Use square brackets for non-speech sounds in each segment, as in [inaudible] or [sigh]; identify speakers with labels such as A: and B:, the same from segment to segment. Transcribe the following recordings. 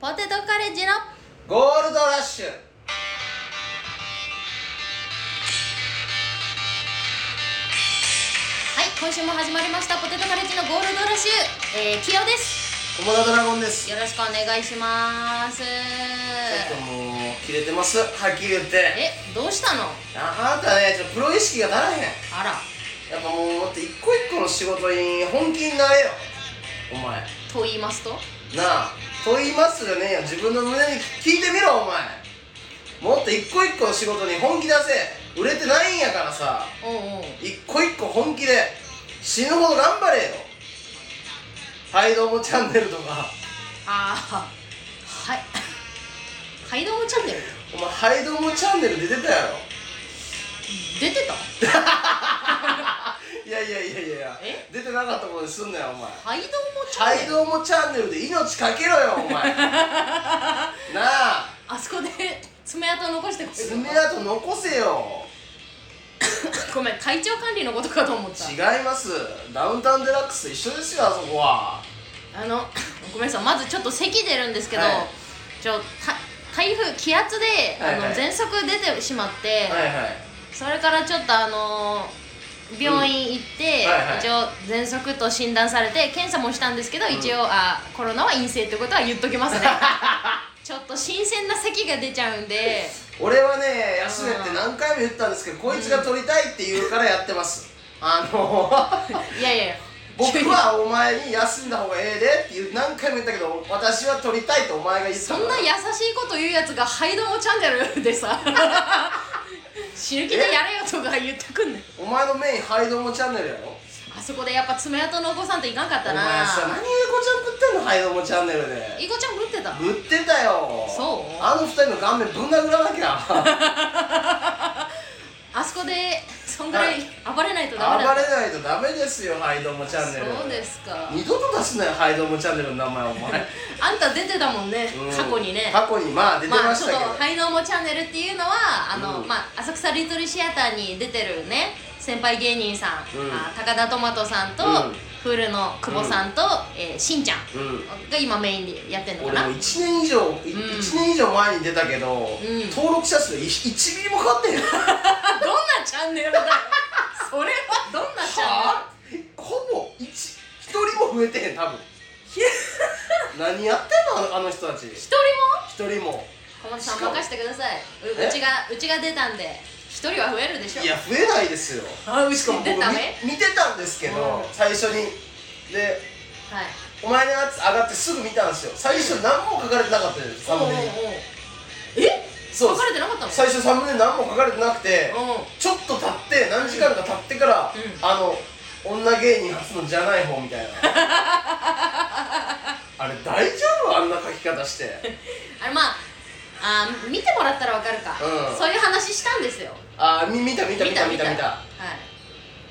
A: ポテトカレッジの
B: ゴールドラッシュ
A: はい今週も始まりましたポテトカレッジのゴールドラッシュ、えー、キヨです
B: 駒田ドラゴンです
A: よろしくお願いします
B: ちょっともう切れてますはっきり言って
A: えどうしたの
B: ああんたねちょっとプロ意識が足らへんや
A: あら
B: っぱもうもっと一個一個の仕事に本気になれよお前な
A: と言いますと
B: あと言いますよね自分の胸に聞いてみろお前もっと一個一個の仕事に本気出せ売れてないんやからさ
A: おうおう
B: 一個一個本気で死ぬほど頑張れよはいどうもチャンネルとか
A: ああはいはいどうもチャンネル
B: お前ハイドモチャンネルで出たやろ
A: 出てた
B: いやいやいやいやいや
A: え
B: 出てなかったことにすんなよお前
A: はいどうもチャン
B: ハ
A: ネ
B: イ
A: ル
B: ドモチャンネルで命かけろよお前
A: [laughs]
B: なあ
A: あそこで爪痕残してこい
B: 爪痕残せよ
A: ごめん体調管理のことかと思った
B: 違いますダウンタウンデラックスと一緒ですよあそこは
A: あのごめんなさいまずちょっと咳出るんですけど、
B: はい
A: ちょた台風気圧で、
B: はいはい
A: あの喘息出てしまって、
B: はいはい
A: それからちょっとあのー病院行って、
B: うんはいはい
A: 一応喘息と診断されて検査もしたんですけど、一応あコロナは陰性ってことは言っとき
B: [laughs]
A: ますねちょっと新鮮な咳が出ちゃうんで
B: 俺はね休めって何回も言ったんですけどこいつが撮りたいって言うからやってますあ
A: [laughs]
B: の
A: いやいやいや
B: 僕はお前に休んだ方がええでっていう何回も言ったけど私は撮りたいってお前が言ってた
A: そ
B: か
A: ん
B: ら
A: な優しいこと言うやつが「はいどうもチャンネル」で
B: [laughs]
A: さ死ぬ気でやれよとか言ってくんねん
B: お前のメインハイドモチャンネルやろ
A: あそこでやっぱ爪痕残さんといかんかったな
B: お前さ何をゆこちゃん食ってんのハイドモチャンネルで
A: いこちゃんぶってた
B: ぶってたよ
A: そう
B: あの二人の顔面ぶん殴らなき [laughs] ゃ
A: あそこでそんぐらい暴れないとダメ
B: 暴
A: だ
B: れないとダメですよハイドモチャンネル
A: そうですか
B: 二度と出すなよハイドモチャンネルの名前お前
A: あんた出てたもんね
B: うん
A: 過去にね
B: [laughs] 過去にまあ出て
A: ま
B: ま
A: あち
B: し
A: ょ
B: た
A: っ
B: け
A: と
B: ど、
A: 「はいどうもチャンネル」っていうのはあの、
B: うん
A: まあ浅草リトルシアターに出てるね先輩芸人さん、
B: うん
A: あ高田トマトさんと、
B: うん
A: フールの久保さんと、えーしんちゃん
B: うん
A: が今メインでやってんのか
B: 俺
A: な
B: も1年以上、い一
A: うん
B: 年以上前に出たけど、
A: ん
B: 登録者数い1ミリもかか [laughs] ってへん
A: あ [laughs] どんなチャンネルだよそれはどんなチャンネル
B: はあほぼ1一人も増えてへん多分何やってんのあのあの人たち
A: [laughs] 一人も
B: 一人も
A: 小松さん任せてくださいう
B: え
A: うちがうちが出たんで一人は増えるでしょ
B: いや増えないですよ
A: あう
B: しかも僕
A: 出
B: 見
A: たね
B: 見てたんですけど
A: うん
B: 最初にで
A: はい
B: お前のやつ上がってすぐ見たんですよ最初何も書かれてなかったですサムネに
A: え
B: そう
A: 書かれてなかったの
B: 最初サムネ何も書かれてなくて
A: うん
B: ちょっと経って何時間か経ってから、
A: うん
B: あの女芸人初のじゃない方み
A: [laughs]
B: たいなあれ大丈夫あんな書き方して
A: あれまああー見てもらったらわかるか、
B: うん
A: そういう話したんですよ
B: あみ見た見た見た見た見た
A: は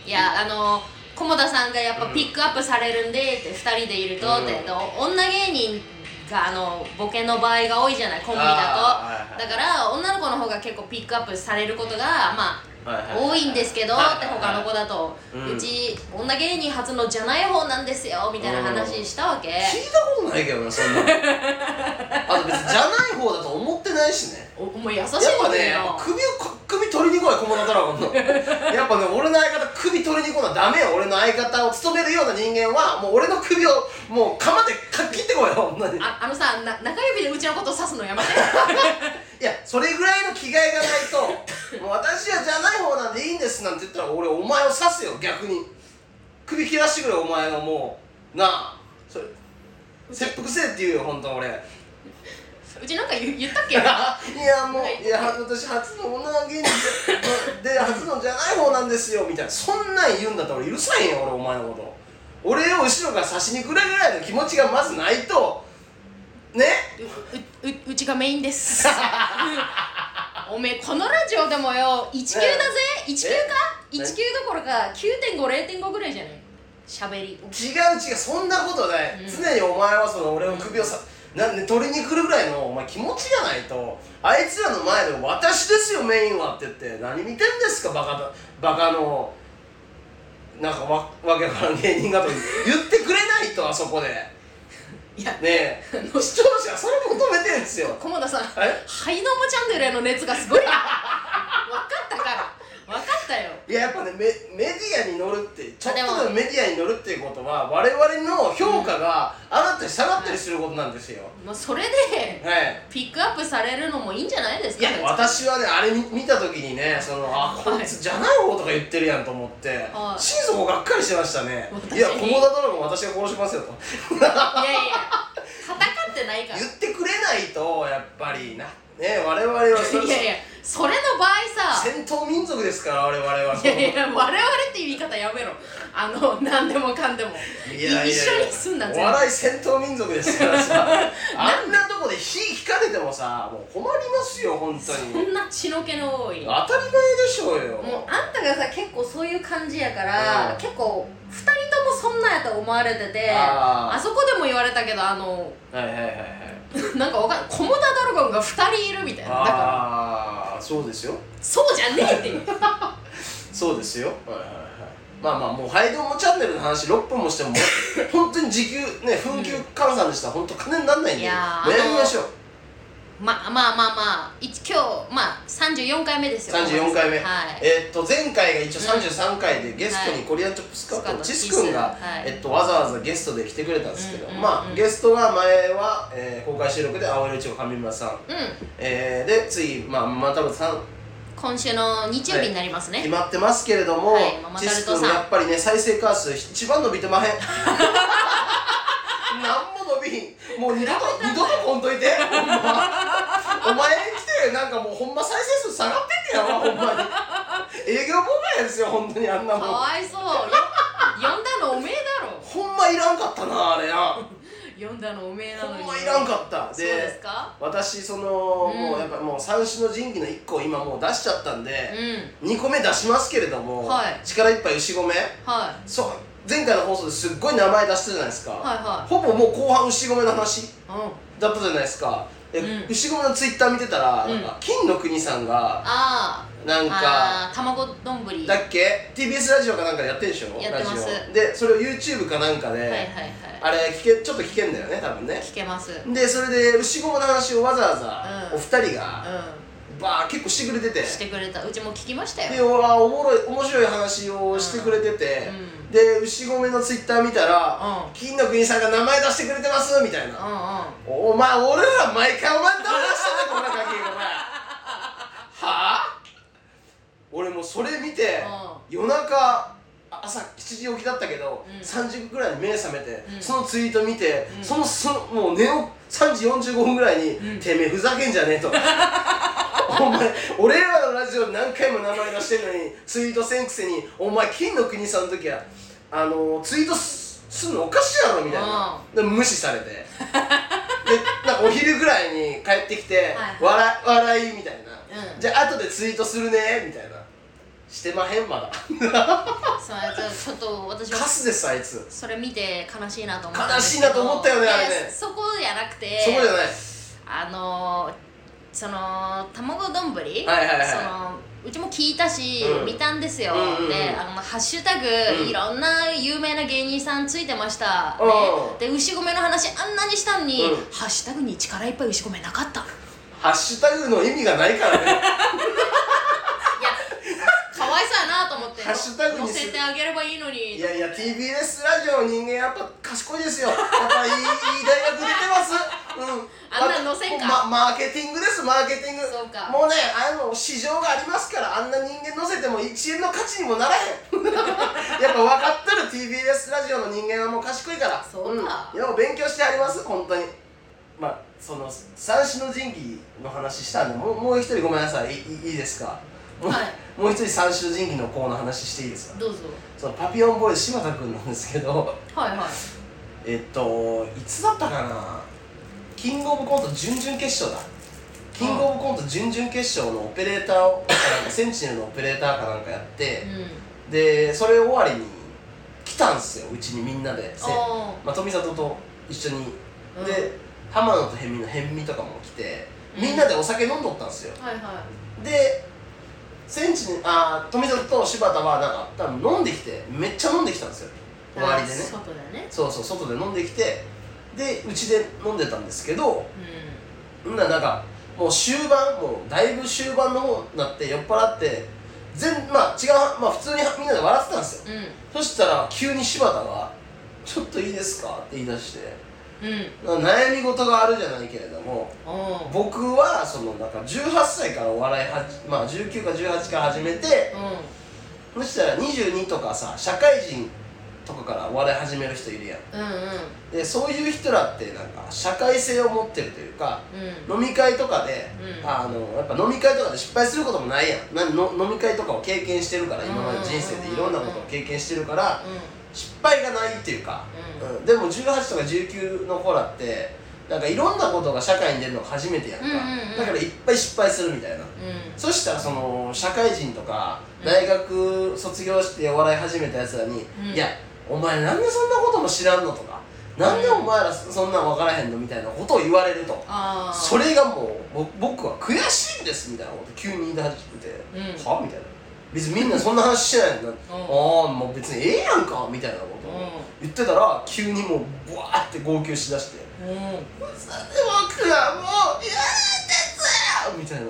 A: いいやあの菰田さんがやっぱ
B: うん
A: ピックアップされるんでって2人でいると
B: うん
A: って、で女芸人があのボケの場合が多いじゃないコンビだと、
B: あーはいはい
A: だから女の子の方が結構ピックアップされることがまあ多いんですけどって他の子だと、
B: うん
A: うち女芸人初のじゃない方なんですよみたいな話したわけ、
B: 聞いたことないけどねそんなのあと別にじゃない方だと思ってないしね
A: おもう優しい
B: やっ
A: こ
B: ぱ
A: と言う
B: ね
A: な
B: 首をこ首取りに来い駒田ドラゴンのやっぱね俺の相方首取りに来ないダメよ俺の相方を務めるような人間はもう俺の首をもう鎌でかっ切ってこいよほんまに
A: ああのさな中指でうちのこと指すのやめて [laughs]
B: いやそれぐらいの気概がないともう私はじゃない方なんでいいんですなんて言ったら俺お前を刺すよ逆に首切らしてくれお前のもうなあそれ切腹せえって言うよ本当俺いう
A: ちなんか言言ったっけ
B: やもういや私初の女芸人でで初のじゃない方なんですよみたいなそんなん言うんだったら俺許さへんよ俺お前のこと俺を後ろから刺しに来るぐらいの気持ちがまずないとね
A: ううううちがメインです [laughs] おめえこのラジオでもよ1級だぜ1級か
B: え
A: 1級どころか9.50.5ぐらいじゃないしゃべり
B: 違う違うそんなことない、
A: うん
B: 常にお前はその俺の首をさ、なんで取りに来るぐらいのお前気持ちがないとあいつらの前で「私ですよメインは」って言って何見てんですかバカだバカのなんかわわけわからん芸人がと言ってくれないとあそこで
A: いや [laughs]
B: ねえ視聴者はそれ求めてるんですよ
A: 駒田さん
B: え
A: 肺のもチャンネルへの熱がすごいな分かったから分かったよ
B: いややっぱねメメディアに乗るってちょっ
A: でも
B: とでもメディアに乗るっていうことは我々の評価が上がったり下がったりすることなんですよ、
A: もうそれで
B: はい
A: ピックアップされるのもいいんじゃないです
B: い
A: か
B: や私はねあれ見見た時にねそのあ
A: はい
B: こいつじゃない方とか言ってるやんと思って、
A: はい
B: 心底がっかりしてましたね
A: 私に
B: いや菰田ドラゴン私が殺しますよと
A: いやいや戦ってないから
B: 言ってくれないとやっぱりなね我々はそ
A: いやいやそれの場合さ
B: 戦闘民族ですから我々はい
A: やいや我々っていう言い方やめろあの何でもかんでも
B: いやいやいや
A: 一緒にすんな
B: お
A: 全部
B: 笑い戦闘民族ですか
A: [laughs]
B: らさあんなとこで火引かれてもさもう困りますよ本当
A: こ
B: に
A: んな血の気の多い
B: 当
A: もう
B: たり前でしょうよ
A: あんたがさ結構そういう感じやか
B: う
A: ら
B: ん
A: 結構2人ともそんなんやと思われてて
B: あー
A: あそこでも言われたけどあの
B: はいはいはいはい
A: なんかわかんないコモダドラゴンが2人いるみたいなだから
B: ああーそうですよ
A: そうじゃねえっていう
B: そうですよはいはいはいまあまあもう「ハイドモチャンネル」の話6分もしても
A: [laughs]
B: もう本当に時給ね紛給換算でしたら本当金にならないんで
A: い
B: や
A: やー
B: めましょう
A: まあまあまあまあ一今日まあ34回目ですよ
B: 34回目、
A: はい
B: えっと前回が一応33回でゲストに
A: はい
B: コリアンチョップスカートのチ
A: ス
B: ス
A: カートのチス
B: 君が、
A: はい
B: えっと、わざわざゲストで来てくれたんですけど、
A: うんうんうん
B: まあゲストが前は、えー公開収録で青色いちご上村さん、
A: うん
B: えーで次、まあ、マタルトさん
A: 今週の日曜日になりますね、
B: 決まってますけれども、
A: はいママタ
B: チ
A: ルトさん
B: ス君やっぱりね再生回数一番伸びてまへん
A: [laughs]
B: なんも伸びひんもう二度と二度とこんといてほんまお前来てなんかもうほんま再生数下がってんねやわほんまに営業妨害ですよ本当にあんなも
A: か
B: ん
A: わいそうよ呼んだのおめえだろ
B: ほんまいらんかったなあれなほ
A: 呼んだのおめえなのに
B: んまいらんかった
A: そうですか
B: 私その、
A: うん
B: もうやっぱもう三種の神器の1個を今もう出しちゃったんで、
A: うん
B: 二2個目出しますけれども、
A: はい
B: 力いっぱい牛米
A: はい
B: そう前回の放送ですっごい名前出してたじゃないですか、
A: はいは
B: ほぼもう後半牛込の話
A: いうん
B: だったじゃないですか、で
A: うん
B: 牛込のツイッター見てたら、
A: うん
B: なんか金の国さんが
A: あ
B: なん
A: ー
B: か
A: あー卵丼ぶり
B: だ
A: は
B: っ
A: い
B: け TBS ラジオかなんかでやってるでしょ
A: やってます
B: ラジオでそれを YouTube かなんかで、
A: はいはい
B: あれ聞けちょっと聞けんだよね多分ね
A: 聞けますうん
B: でそれで牛込の話をわざわざ
A: うん
B: お二人が、バー結構してくれてて
A: してくれたうちも聞きました
B: で
A: よ
B: わあおもろい面白い話をしてくれてて、
A: うん
B: で牛込のツイッター見たら、
A: うん
B: 金の国さんが名前出してくれてますみたいな、
A: うんうん
B: お前俺ら毎回お前と話してたこんなガキお前はあ俺もうそれ見て夜中あ朝7時起きだったけど、
A: うん
B: 3時ぐらいに目覚めて、
A: うん
B: そのツイート見て、
A: うん
B: そのそのもう寝を3時45分ぐらいに、
A: うん
B: てめえふざけんじゃね
A: [laughs]
B: えとお前俺らのラジオで何回も名前出してるのにツイートせんくせにお前金の国さんの時はあのツイートすすんのおかしいやろみたいな、で無視されてでなんかお昼ぐらいに帰ってきて、
A: はい
B: 笑い笑いみたいな、
A: うん
B: じゃあ後でツイートするねみたいなしてまへん
A: [laughs]
B: まだ
A: そうちょっと私
B: カ
A: は
B: スですあいつ、
A: それ見て悲しいなと思ったんですけど
B: 悲しいなと思ったよねあれね
A: いやそこじゃなくて
B: そこじゃない
A: あのーその卵丼ぶり、
B: はいはいはい
A: そのうちも聞いたし、
B: うん
A: 見たんですよ、
B: うんうんうん
A: であのハッシュタグ、
B: うん
A: いろんな有名な芸人さんついてました、ね
B: うん、
A: で牛込の話あんなにしたのに、
B: うん
A: ハッシュタグに力いっぱい牛込なかったい
B: ハッシュタグの意味がないからね
A: や
B: [laughs]
A: かわいそうやなと思って
B: ハッシュタグに
A: 載
B: す
A: せ
B: る
A: てあげればいいのに
B: いやいや TBS ラジオ人間やっぱ賢いですよやっぱいいいい大学出てますうん
A: [laughs] あんなん載せんか
B: まマーケティングですマーケティング
A: そうか
B: もうねあの市場がありますからあんな人間載せても1円の価値にもな
A: [laughs]
B: らへんやっぱ分かってる TBS ラジオの人間はもう賢いから
A: そうか
B: ん、よう勉強してあります本当にまあその三種の神器の話したんでもうもう一人ごめんなさいいいいいですかもう,、
A: は
B: もう一人三種の神器の子の話していいですか
A: どうぞ
B: そのパピオンボーイズ柴田君なんですけど [laughs]
A: はいはい
B: えっといつだったかなキングオブコント準々決勝だキングオブコント準々決勝のオペレーターをなんかセンチネルのオペレーターかなんかやってでそれ終わりに来たんすようちにみんなでせ、
A: お
B: まあ、富里と一緒に
A: うん
B: で浜野と辺見の辺見とかも来て
A: うん
B: みんなでお酒飲んどったんすよ
A: はいは
B: でセンチネあー富里と柴田はなんか多分飲んできてめっちゃ飲んできたんですよ
A: い
B: 終わりでね
A: 外だね
B: そうそう外で飲んできてでうちで飲んでたんですけどんななんかもう終盤もうだいぶ終盤の方になって酔っ払って全まあ違うまあ普通にみんなで笑ってたんですよ
A: うん
B: そしたら急に柴田が「ちょっといいですか?」って言い出して
A: うんうん
B: な悩み事があるじゃないけれども
A: おー
B: 僕はそのなんか18歳からお笑いはじまあ19か18から始めて
A: う
B: そしたら22とかさ社会人とかからお笑い始める人いるやん
A: んうん
B: でそういう人らってなんか社会性を持ってるというか
A: うん
B: 飲み会とかで、
A: うん
B: あのやっぱ飲み会とかで失敗することもないやんなの飲み会とかを経験してるから今まで人生でいろんなことを経験してるから失敗がないっていうか、
A: うん
B: うんでも18とか19の子らってなんかいろんなことが社会に出るのが初めてやんか、
A: うんうんうん
B: だからいっぱい失敗するみたいな
A: うん
B: そしたらその社会人とか
A: うん
B: 大学卒業してお笑い始めたやつらに「
A: うん
B: いやお前なんでそんなことも知らんの?」とか「なんでお前らそんなん分からへんの?」みたいなことを言われると
A: ああ
B: それがもうぼ僕は悔しいんですみたいなこと急に言い出して
A: うん
B: て「は?」みたいな別にみんなそんな話してないのに
A: う
B: 「
A: ん
B: ああもう別にええやんか」みたいなこと
A: うん
B: を言ってたら急にもうブワーって号泣しだして「
A: うん
B: さて僕はもう嫌なんですみたいな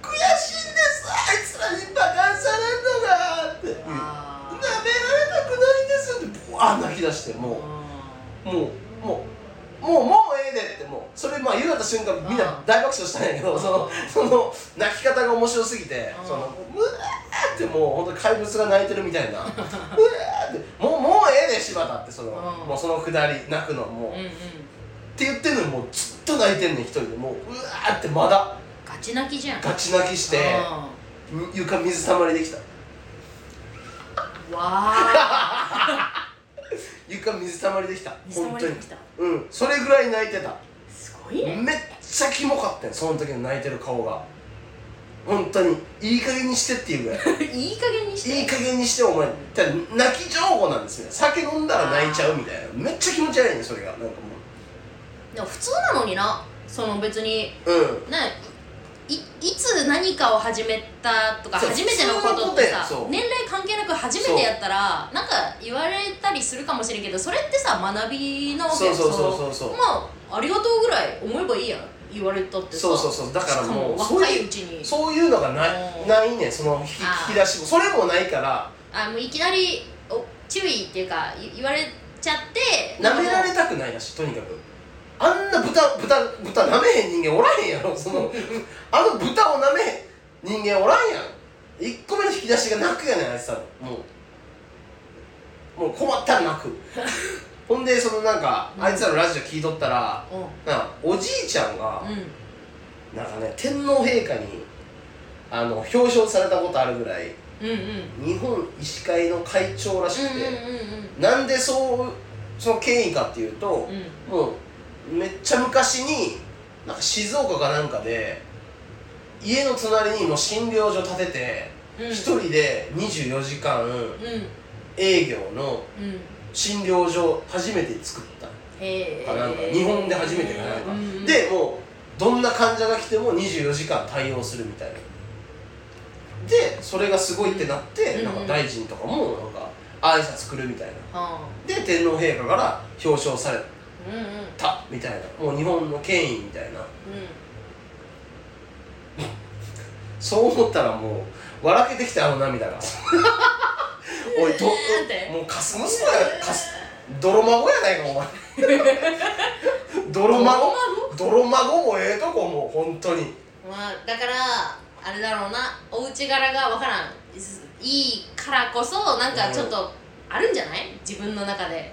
B: 悔しいんですあいつらにバカンされんのがってなめられ
A: あー
B: たくないんですってブワー泣き出してもうもうもうもうもうええでってもうそれまあ言うなった瞬間みんな大爆笑したんやけどそのその泣き方が面白すぎて
A: うん
B: そのうわーってもう本当怪物が泣いてるみた [laughs] いなうわーってもうもうええで柴田ってその
A: うん
B: もうそのくだり泣くのもう
A: うんうん
B: って言ってんのにもうずっと泣いてんねん一人でもううわーってまだ
A: ガチ泣きじゃん
B: ガチ泣きして
A: う
B: み床水たまりできた
A: んわあ
B: 床水たまりできた
A: 水溜
B: 本
A: ま
B: 当
A: り
B: に
A: できた
B: うんそれぐらい泣いてた
A: すごいね
B: めっちゃキモかったよその時の泣いてる顔が本当にいい加減にしてっていうぐらい
A: いい加減にして
B: いい加減にしてお前ただ泣き情報なんですよ酒飲んだら泣いちゃうみたいなめっちゃ気持ち悪いねそれがなんかも
A: でも普通なのになその別に
B: ううん
A: ねいいつ何かを始めたとか
B: そう
A: 初めてのことってさ
B: 普通のことやそう
A: 年齢関係なく初めてやったらなんか言われたりするかもしれんけどそれってさ学びなわけ
B: そう
A: よ
B: そうそうそうそう
A: のまあありがとうぐらい思えばいいやん言われたってさ
B: そうそうそうだからもう
A: しか
B: そ
A: も
B: う
A: 若
B: い
A: いううちに
B: そういうのがな
A: う
B: い
A: ん
B: ないねその引き
A: あー
B: 引き出しもそれもないから
A: あもういきなりお注意っていうかい言われちゃって
B: 舐められたくないらしいとにかくあんな豚豚豚舐めへん人間おらへんやろ
A: [laughs]
B: そのあの豚を舐めへん人間おらんやん1個目の引き出しが泣くやねんあいつさもうもう困ったら泣
A: [laughs]
B: くほんでそのなんかあいつらのラジオ聞いとったら、
A: うん
B: なんかおじいちゃんが、
A: うん
B: なんかね天皇陛下にあの表彰されたことあるぐらい
A: うんうん
B: 日本医師会の会長らしくて、
A: うん
B: なんでそうその権威かっていうと
A: うんうんう、ん
B: もうめっちゃ昔になんか静岡かなんかで家の隣にもう診療所建てて
A: うん
B: 一、人で24時間
A: うん
B: 営業の
A: うん
B: 診療所初めて作った
A: へ
B: かなんか
A: え
B: 日本で初めてかなんか、
A: うんうん
B: でもうどんな患者が来ても24時間対応するみたいなでそれがすごいってなって、
A: うん
B: なんか大臣とかもなんか挨拶来るみたいな
A: は
B: で天皇陛下から表彰され
A: あうんうん
B: たみたいなもう日本の権威みたいなそう思ったらもう笑けてきたあの涙がおいど
A: なんて
B: もうかすむすやかす泥孫やないかお前泥孫泥孫もええとこもう本当に
A: うんまあだからあれだろうなお家柄がわからんいいからこそなんかちょっとあるんじゃない自分の中で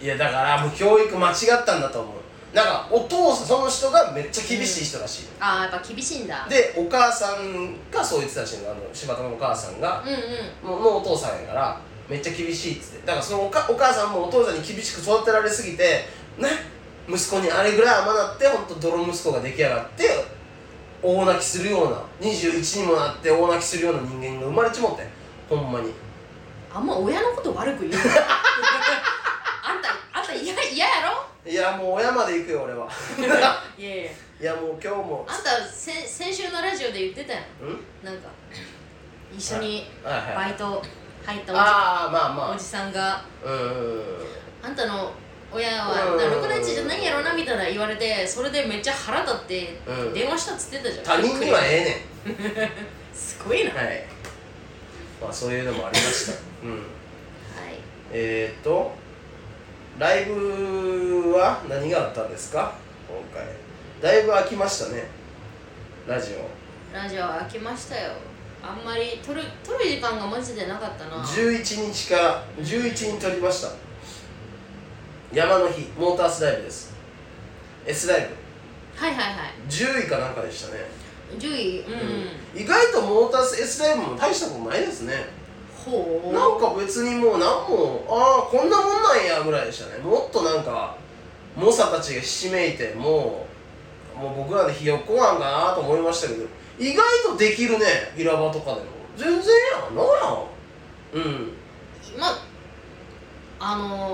B: いやだからもう教育間違ったんだと思うなんかお父さんその人がめっちゃ厳しい人らしい、
A: ああやっぱ厳しいんだ
B: でお母さんがそう言ってたらしいのあの柴田のお母さんが
A: うんうん
B: ののお父さんやからめっちゃ厳しいっつってだからそのおかお母さんもお父さんに厳しく育てられすぎてね息子にあれぐらい甘なってほんと泥息子が出来上がって大泣きするような21にもなって大泣きするような人間が生まれちもってほんまに
A: あんま親のこと悪
B: [laughs]
A: く言うなあんたあんた嫌嫌やろ
B: いやもう親まで行くよ俺は [laughs]
A: いやいや
B: いやもう今日も
A: あんたせ先週のラジオで言ってたやん
B: ん
A: なんか一緒に
B: はいはい
A: バイト入ったおじ
B: ああまあま
A: おじさんが
B: あうーん
A: あんたのお親
B: うん
A: はなろくなやつじゃないやろなみたいな言われてそれでめっちゃ腹立って
B: うん
A: 電話したっつってたじゃん
B: 他人にはええねん
A: すごいなはい
B: はいまあそういうのもありましたうんえー、っとライブは何があったんですか今回だいぶ飽きましたねラジオ
A: ラジオ開きましたよあんまり撮る撮る時間がマジでなかったな
B: 11日から11に撮りました山の日モータースライブです S ライ
A: はいはいは
B: ブ10位かなんかでしたね、
A: い10位うん、
B: 意外とモータース S ライブも大したことないですね
A: ほう
B: なんか別にもう何もああこんなもんなんやぐらいでしたねもっとなんか猛者たちがひしめいてもうもう僕らでひよっこなんかなと思いましたけど意外とできるね平場とかでも全然やんなあうん
A: まあの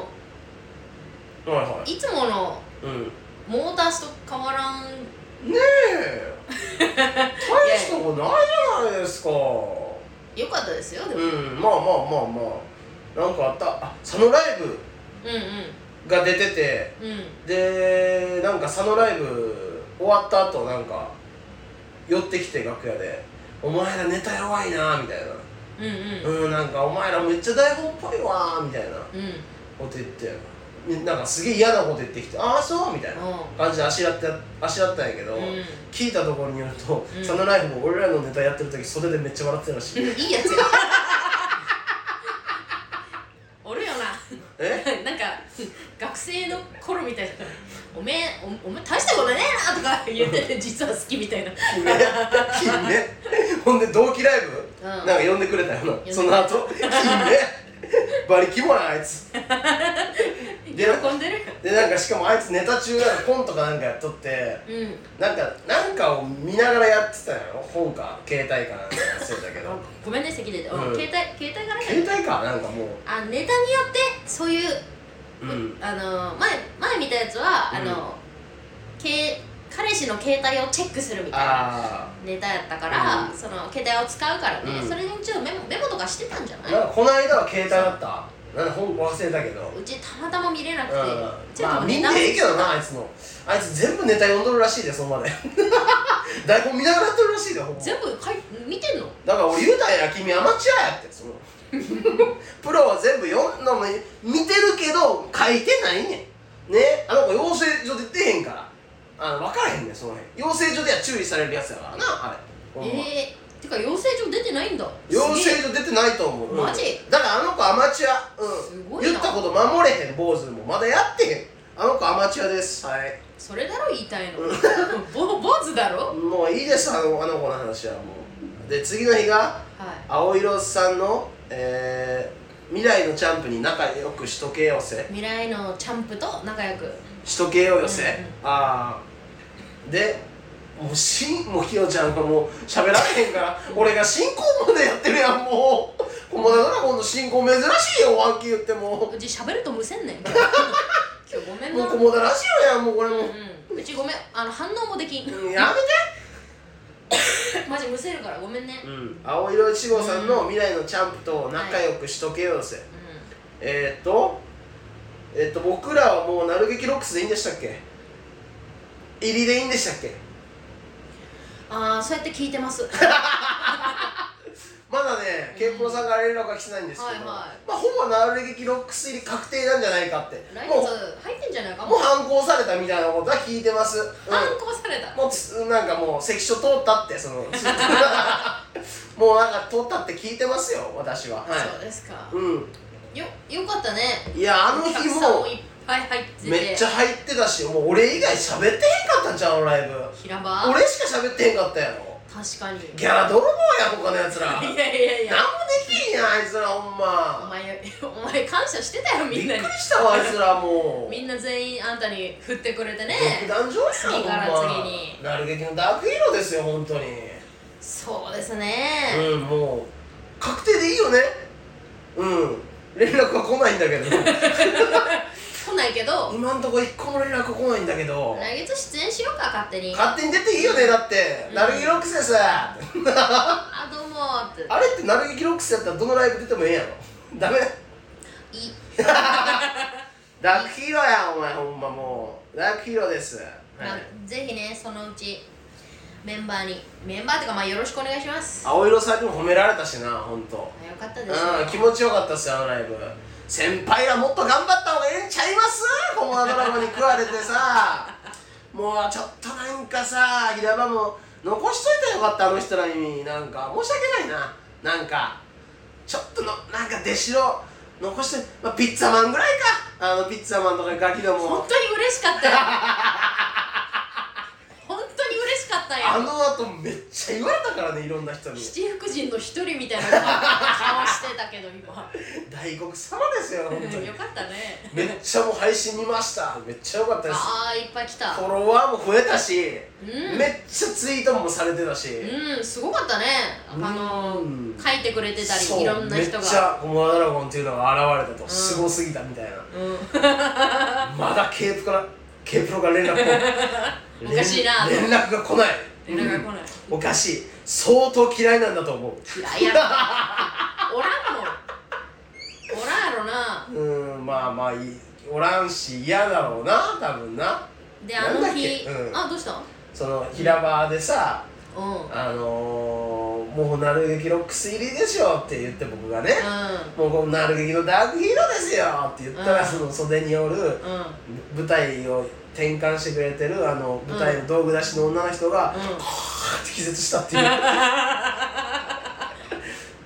B: はいはい
A: つもの
B: うんね
A: モータースと変わらん
B: え大したことないじゃないですか
A: よかったですよで
B: う
A: も、
B: んまあまあまあまあなんかあったあ佐野ライブ
A: うん
B: が出てて
A: うんうん
B: でなんか佐野ライブ終わった後なんか寄ってきて楽屋で「お前らネタ弱いな」みたいな
A: うん
B: 「うんなんかお前らめっちゃ台本っぽいわ」みたいな
A: うんうん
B: こと言ってみなんかすげえ嫌なこと言ってきて「ああそう」みたいな感じであしらってあしらったんやけど、
A: うん
B: 聞いたところによると、
A: うん
B: 佐野ライブも俺らのネタやってる時袖でめっちゃ笑ってたらしい
A: いいやつやおるよな
B: え
A: なんか学生の頃みたいな「おめえおお前大したことねえな」とか言ってて実は好きみたいな [laughs]
B: 金ね金ねほんで同期ライブ、
A: うん
B: なんか呼んでくれたよ
A: く
B: なその [laughs] 後金ね馬力もなあいつで
A: 喜んでる
B: でなんかしかもあいつネタ中やろコントかなんかやっとって
A: うん
B: なんかなんかを見ながらやってたんやろ本か携帯かなんかそうだけ
A: あ
B: ど
A: ごめんね席出て、うん
B: うん
A: 携帯携帯から
B: 携帯かなんかもう
A: あネタによってそういう
B: うん
A: あの前前見たやつは、
B: うん
A: あのけ彼氏の携帯をチェックするみたいな
B: あ
A: ネタやったから、
B: うん
A: その携帯を使うからね、
B: うん
A: それにちょっとメモメモとかしてたんじゃな
B: あ
A: い
B: なんかこの間は携帯だったなんか本忘れたけど
A: うちたまたま見れなくて、
B: うん
A: ちょっ
B: まあ
A: と
B: 見
A: ネ
B: んで
A: タ
B: ええけどなあいつのあいつ全部ネタ読んどるらしいでそのまで [laughs] 台本見ながらやってるらしいでほんま
A: 全部かい見てんの
B: だから俺言うたんや君アマチュアやっ
A: [laughs]
B: てそのプロは全部読んだもん見てるけど書いてないねんねあの子養成所で出へんからあの分からへんねんその辺養成所では注意されるやつやからなあれほんま
A: えー、てか養成所出てないんだ
B: 養
A: すげえ
B: 成所出てないと思う
A: マジ
B: だからあの子アマチュアう
A: す
B: ん
A: ごいな
B: 言ったこと守れへん坊主もまだやってへんあの子アマチュアですはい
A: それだろ言いたいの [laughs] ぼ坊主だろ
B: もういいですあのあの子の話はもうで次の日が
A: はい
B: 青色さんの、えー未来のチャンプに仲良くしとけよせ
A: 未来のチャンプと仲良く
B: しとけよよせ、
A: うんうん
B: ああでもうしんもうひよちゃんがもう喋られへんから俺が進行までやってるやんもうこのだから今度進行珍しいよワンキ言っても
A: うち喋るとむせんねん今日今日ごめん
B: も
A: な
B: う駒田ラジオやんもうこれもう、
A: うん、うちごめんあの反応もできん
B: うんや
A: マジむせるからごめんね
B: めて、うん、青色一号さんの未来のチャンプと仲良くしとけよよせ、
A: う
B: えー、っとえー、っと僕らはもうなる劇ロックスでいいんでしたっけ入りでいいんでしたっけ
A: ん、ああそうやって聞いてます
B: [laughs] まだね、ケンポロさんが連絡が来てないんですけど、
A: はいはい
B: まあほぼなる劇ロックス入り確定なんじゃないかって
A: 来月
B: も
A: 入ってんじゃないか
B: う
A: も
B: もう
A: う
B: 反抗されたみたいなことは聞いてます、うん
A: 反抗された
B: もうつなんかもう関所通ったって
A: [laughs]
B: そのもうなんか通ったって聞いてますよ私ははい
A: そうですか
B: う
A: よよかったね
B: んいやあの日
A: お客さん
B: も
A: もいっぱい入ってて
B: めっちゃ入ってたしもう俺以外喋ってへんかったんちゃうライブ
A: 平場
B: 俺しか喋ってへんかったやろ
A: 確かに
B: ギャラ泥棒や他のやつら何も
A: いやいやい
B: で
A: や
B: きんやんあいつらほん
A: お
B: ま
A: 前お前感謝してたよみ
B: びっ
A: ん
B: く
A: な
B: り
A: に
B: したわあいつらもう
A: みんな全員あんたに振ってくれてね
B: 独壇場やん
A: 次から
B: ほんま
A: 次に
B: なる劇のダークヒーローですよ本当に
A: そうですね、
B: うんもう確定でいいよねうん連絡は来ないんだけど
A: 来ないけど
B: 今んとこ一個も連絡来ないんだけど
A: 来月出演しようか勝手に
B: 勝手に出ていいよねだって、
A: うん
B: なる劇ロックスです
A: あどうもって
B: あれってなる劇ロックスやったらどのライブ出てもええんやろダメ
A: い
B: ダークヒーローやお前ほんまもうダークヒーローです
A: まあぜひねそのうちメンバーにメンバーっていうかまあよろしくお願いします
B: 青色さんにも褒められたしなほんと
A: あよかったです
B: うん気持ちよかったっすよあのライブ先輩らもっと頑張った方がええんちゃいますコモダドラゴンに食われてさ [laughs] もうちょっとなんかさ平場も残しといたらよかったあの人らになんか申し訳ないななんかちょっとのなんか出しろ残して、まあ、ピッツァマンぐらいかあのピッツァマンとかガキども
A: 本当に嬉しかったよ [laughs] 本当に嬉しかった
B: あ
A: よ
B: の後めっちゃ言われたからねいろんな人に
A: 七福神の一人みたいな顔してたけど今
B: 大黒様ですよ本当に
A: [laughs] よかったね
B: めっちゃもう配信見ましためっちゃ良かったです
A: あーいっぱい来た
B: フォロワーも増えたし、
A: うん
B: めっちゃツイートもされてたし、
A: うんすごかったねあの
B: うん
A: 書いてくれてた
B: そう
A: りいろんな人が
B: めっちゃ「コモアドラゴン」っていうのが現れたと、すごすぎたみたいな
A: うん
B: まだケープからケープロから連絡来ない
A: [laughs] おかしいな
B: 連連絡が来ない
A: 連絡が来ない
B: おかしい相当嫌いなんだと思う
A: 嫌いやろおらんもんおらんやろな
B: うんまあまあいいおらんし嫌だろうな多分な
A: で
B: な
A: あ
B: んだ
A: の
B: っけ
A: 日、
B: うん
A: あどうしたうん
B: その平場でさ、
A: うん
B: あのー、もうなるべきロックス入りでしょって言って僕がね、もうこのなる劇のダークヒーローですよって言ったら、
A: うん
B: その袖におる
A: う
B: 舞台を転換してくれてるあの舞台の道具出しの女の人が、
A: んうん
B: パーって気絶したっていう [laughs] ね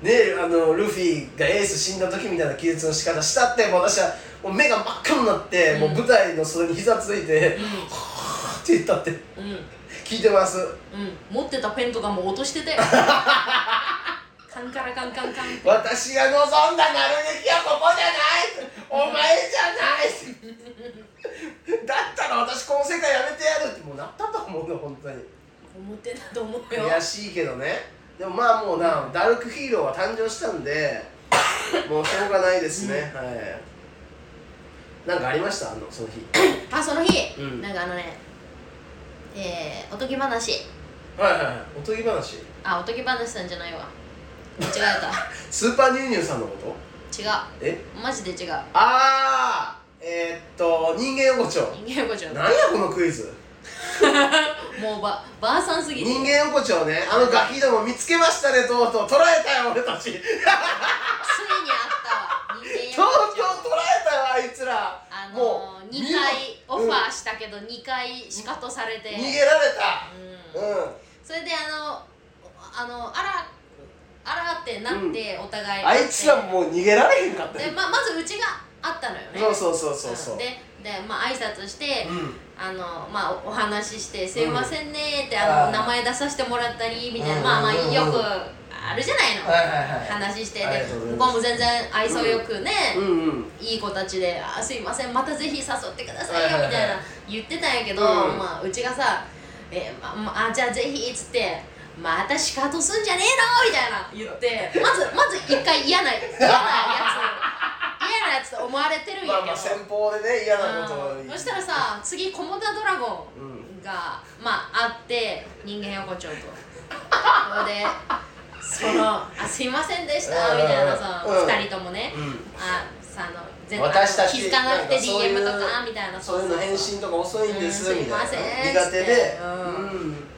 B: えあのルフィがエース死んだ時みたいな気絶の仕方したってもう私はもう目が真っ赤になって、
A: うん
B: もう舞台の袖に膝ついて、パーって言ったって
A: うんうん
B: 聞いてます
A: うん持ってたペンとかも落として
B: [laughs]
A: てカンカラカンカンカンって
B: 私が望んだなるべきはここじゃないお前じゃないだったら私この世界やめてやるってもうなったと思うの本当に
A: 思ってたと思うよ
B: 悔しいけどねでもまあもうなダルクヒーローは誕生したんでもうしょうがないですね、はいなんかありましたあのその日
A: あその日、
B: うん
A: なんかあのねえー、おとぎ話
B: はいはいはいおとぎ話
A: あおとぎ話さんじゃないわ間違えた
B: スーパーニューニューさんのこと [laughs]
A: 違
B: え
A: うマジで違う
B: ああえー、っと人間横丁
A: 人間横丁
B: なんやこのクイズ
A: もうばばあさんすぎて
B: 人間横丁ねあのガキども見つけましたねとうとう捉えたよ俺たちとう
A: ついにあったわ人
B: とう
A: 間横丁
B: 捉えたよあいつら
A: あ
B: も
A: の
B: う
A: ー、2回オファーしたけど2回しかとされて、
B: 逃げられた
A: うん、
B: う
A: それであのあのあらあらってなって、お互い
B: んあいつらもう逃げられへんかった
A: で
B: よ
A: ままずうちがあったのよね
B: そうそうそうそうそう
A: ででまあ挨拶して、
B: う
A: あのまあおお話しして「すいませんね」って、
B: あ
A: あ
B: ー
A: の名前出させてもらったりみたいな、
B: うん
A: まあまあ
B: うん
A: よくあるじゃないの、
B: んはいはいはい
A: 話して
B: あり
A: で
B: がとうござい
A: 向
B: ま
A: こ
B: す
A: うも全然愛想よくね、
B: うんうん
A: いい子たちで「あすいませんまたぜひ誘ってくださいよ」み
B: はいはいはい
A: たいな言ってたんやけど、
B: うん
A: まあ、うちがさ「えままあじゃあぜひ」っつって「また仕方すんじゃねえの」みたいな言ってまずまず一回嫌な嫌なやつ嫌なやつと思われてるんや
B: まあ
A: け
B: ま
A: ど
B: あ先方でね嫌なことを
A: う
B: 言
A: ん
B: う
A: そしたらさ次「コモダドラゴ
B: う
A: ン」が、まああって人間横丁とそれでその「あすいませんでした」みたいなさ、
B: う
A: 二
B: ん
A: 人ともね、
B: うん
A: あさあの全
B: 私たち
A: 気づかなく
B: なん
A: て
B: かそういう
A: DM とかみたいな
B: そういうの返信とか遅いんです
A: うん
B: みたいな
A: すいません
B: 苦手で
A: うん
B: うん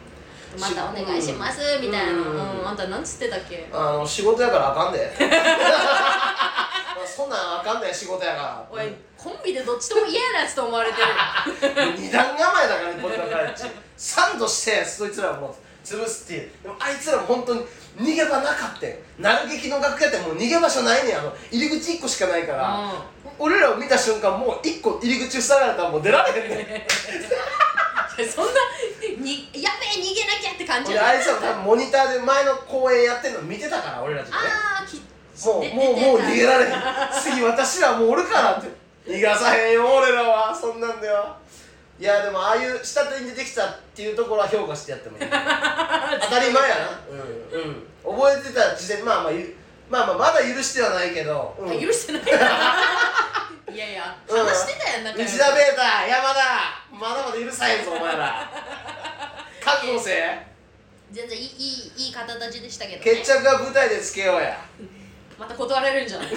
A: またお願いしますみたいな、
B: う
A: うんんあんた何つってたっけ
B: あの仕事やからあかんで [laughs] そんなんあかんで仕事やから
A: おいコンビでどっちとも嫌なやつと思われて
B: [laughs]
A: る
B: 二段構えだからねこれからちサンドしてそいつらも潰すっていうでもあいつらも本当に逃げ場なかったよ鳴る劇の楽屋ってもう逃げ場所ないねんあの入り口1個しかないから、
A: うん
B: 俺らを見た瞬間もう1個入り口塞がれたらもう出られへ
A: [laughs]
B: んねん
A: いやそんなにやべえ逃げなきゃって感じじ
B: 俺
A: ゃな
B: あ
A: い
B: いつら多分モニターで前の公演やってんの見てたから俺らちょっとね
A: あーき
B: もう
A: で
B: もう
A: 出て
B: もう
A: た
B: 逃げられへん次私らもうおるから
A: [laughs]
B: って逃がさへんよ俺らはそんなんだよいやでもああいう下手に出てきたっていうところは評価してや
A: [laughs]
B: ってもいい当たり前やなうん、うん、覚えてた時点まあまあゆまあまあまだ許してはないけど、うん、
A: あ許してないいやいや
B: うん
A: 話してたやん仲良く
B: 内田ベータ山田まだまだ許さへんぞお
A: [laughs]
B: 前ら覚悟せ
A: 全然いいいいいい方たちでしたけどね [laughs]
B: 決着は舞台でつけようや
A: また断れるんじゃない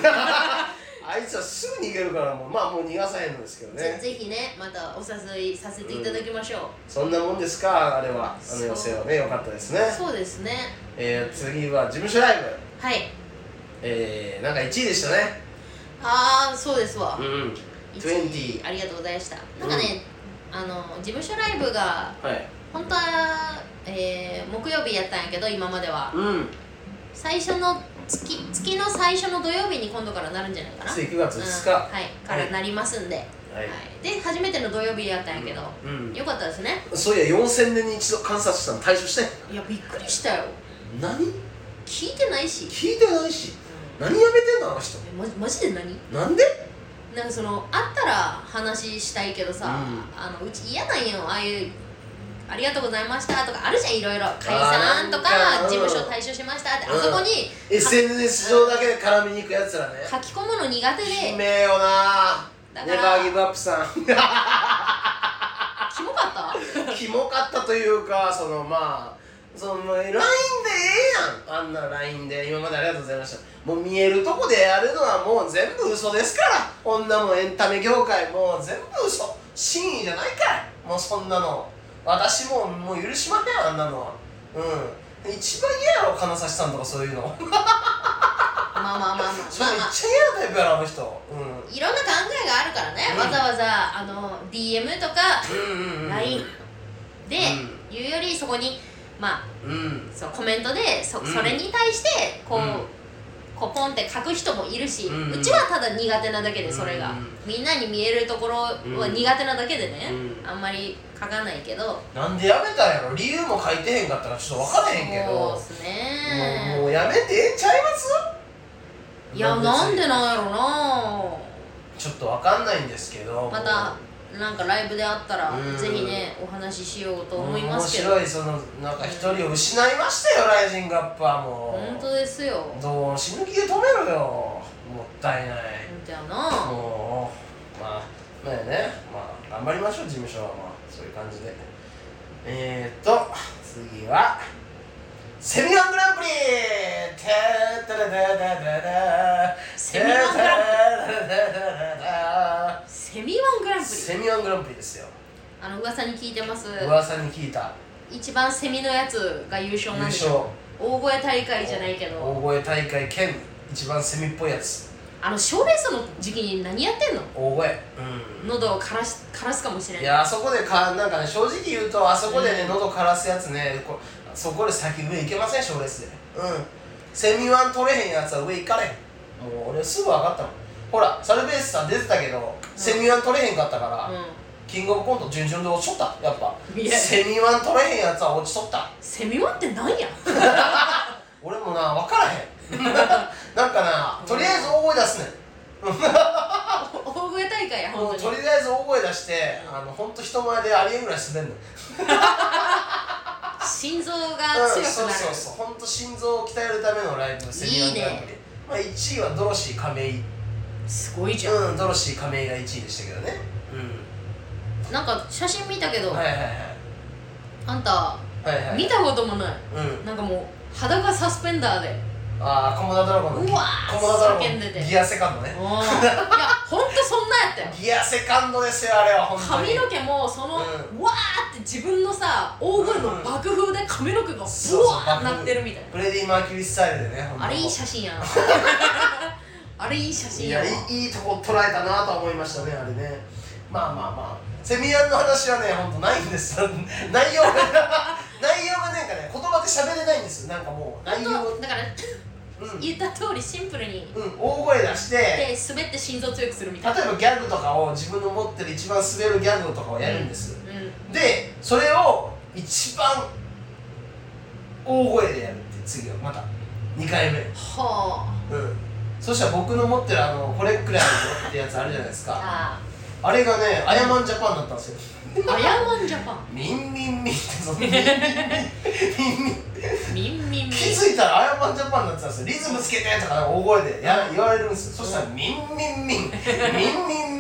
B: [laughs] あいつはすぐ逃げるからもうまあもう逃がさへんのですけど
A: ぜ
B: ね
A: ぜひねまたお誘いさせていただきましょ
B: そんなもんですかあれはあ
A: そ
B: の
A: う
B: 寄せはね良かったですね
A: う、そうですね
B: えー、次は事務所ライブ
A: はい
B: えー、なんか1位でしたね
A: ああそうですわ
B: うん
A: 1
B: 20
A: ありがとうございましたなんかね、あの事務所ライブが
B: はい
A: 本当は、えー木曜日やったんやけど今までは
B: うん
A: 最初の月月の最初の土曜日に今度からなるんじゃないかな
B: 次9月
A: うん
B: 2日、は
A: はいからなりますんで、はい
B: い、
A: で初めての土曜日やったんやけど、
B: うん
A: よかったですね
B: そういや4000年に一度観察したの退所して
A: いやびっくりしたよ
B: 何
A: 聞いてないし
B: 聞いてないし何やめてんのあの人
A: えマジマジで何
B: なんで
A: なんかその会ったら話したいけどさ、
B: う
A: あのうち嫌なんよああいう「ありがとうございました」とかあるじゃんいろいろ解
B: あ
A: 散
B: ー
A: と
B: なん
A: か
B: か
A: 事務所退所しましたって、
B: うん
A: あそこに
B: SNS 上だけで絡みに行くやつらね
A: 書き込むの苦手で
B: 悲鳴よな
A: だか
B: ネ
A: ら
B: バーギブアップさん
A: キモかった
B: キモかったというかそのまあそのもう LINE でええやんあんな LINE で今までありがとうございましたもう見えるとこでやるのはもう全部嘘ですから女もエンタメ業界もう全部嘘真意じゃないからもうそんなの私ももう許しまへんあんなのはうん一番嫌やろ金指さんとかそういうの
A: まあまあまあまあ
B: [laughs] それ
A: まあ
B: めっ
A: まあ
B: ちゃ嫌なタイプやろあの人うん
A: いろんな考えがあるからね、
B: うん
A: わざわざあの DM とか
B: うんうんうん
A: LINE で、
B: うん
A: 言うよりそこにまあ
B: うん
A: そのコメントでそ,、
B: うん
A: それに対してこう、
B: うん
A: こうポンって書く人もいるし、
B: う
A: うん
B: うん
A: ちはただ苦手なだけでそれが、
B: うんうん
A: みんなに見えるところは苦手なだけでね、
B: うん
A: あんまり書かないけど
B: なんでやめたんやろ理由も書いてへんかったからちょっと分からへんけど
A: そう
B: も
A: っすね
B: うもうやめてええんちゃいます
A: いやなんで
B: 別に
A: なんやろな
B: ちょっと分かんないんですけど
A: またなんかライブであったら、
B: うん
A: ぜひねお話ししようと
B: もう
A: 思いますけど
B: 面白いそのなんか一人を失いましたよライジングアップはもう
A: 本当ですよ
B: どう死ぬ気で止めろよもったいない
A: じゃあな
B: もうまあまあねまあ頑張りましょう事務所はまあそういう感じでえー、っと次はセミガングランプリてーたらだだだだ
A: セミガングラ
B: ンプリ
A: セミワングランプリ
B: セミガングランプリですよ
A: あの噂に聞いてます
B: 噂に聞いた
A: 一番セミのやつが優
B: 優
A: 勝なんでし
B: 勝
A: ょ大声大会じゃないけど
B: 大声大会兼一番セミっぽいやつ
A: あの賞レースの時期に何やってんの
B: 大声
A: 喉を枯らし枯らすかもしれ
B: い
A: ない
B: やあそこでかなんかね正直言うとあそこでね、
A: うん
B: 喉枯らすやつねこそこで先上行けません賞レースでうんセミワン取れへんやつは上行かれへんもう俺すぐ分かったもんほらサルベースさん出てたけど、セミワン取れへんかったから、
A: うん
B: キングオブコント準々で落ちとったやっぱ
A: いや
B: セミワン取れへんやつは落ちとった
A: セミワンってなんや [laughs]
B: 俺もな分からへん [laughs] なんかなとりあえず大声出すねん
A: 大声大会や
B: もう
A: 本
B: と
A: 当
B: り
A: に
B: あえず大声出してあの本当人前でありえんぐらい滑んの
A: 心臓が
B: うん
A: 強
B: そう
A: くなる
B: そうそう本当心臓を鍛えるためのライブセミナーグランプリ
A: いい
B: まあ、1位はドロシー亀井
A: すごいじゃん、
B: うんドロシー亀井が1位でしたけどね
A: なんか写真見たけど、
B: はいはい
A: あんた
B: はいはいはい
A: 見たこともない
B: うん
A: なんかもう肌がサスペン
B: [laughs]
A: ダーで
B: ああコモダドラゴンの
A: うわー
B: コモダドラゴ
A: 叫んで
B: ン
A: て
B: ギアセカンドね
A: おーいやほんとそんなやったよ
B: ギアセカンドですよあれは本当に
A: 髪の毛もその、
B: う
A: わーって自分のさ大声の爆風で髪の毛がブワ
B: そうそう
A: ーってなってるみたいな
B: フレディ・マーキュリースタイルでねほんと
A: あれいい写真
B: [laughs]
A: やなあれいい写真
B: い
A: や
B: や
A: ない
B: いいいとこ捉えたなとは思いましたねあれねまあまあまあセミアンの話はね本当ないんです [laughs] 内容が内容がなんかね言葉で喋れないんですよなんかもう内容
A: 本
B: を
A: 当だ
B: [laughs]
A: から
B: うん、
A: 言った通りシンプルに
B: うん、大声出して例え
A: で滑って心臓強くするみた
B: ば
A: いな
B: ギャグとかを自分の持ってる一番滑るギャグとかをやるんです、
A: うん
B: でそれを一番大声でやるって次はまた2回目
A: は
B: うんそしたら僕の持ってるあのこれくらいのってやつあるじゃないですか
A: あ
B: あれがね、アヤマンジャパンだったんですよ。
A: あヤマンジャパン
B: ミンミンミンってそのミンミンミンミンミン
A: ミンミンミン
B: 気づいたらアヤマンジャパンになってたんですよ。リズムつけてとか大声でや言われるんですよ。そしたらミンミンミンミンミンミンミンミン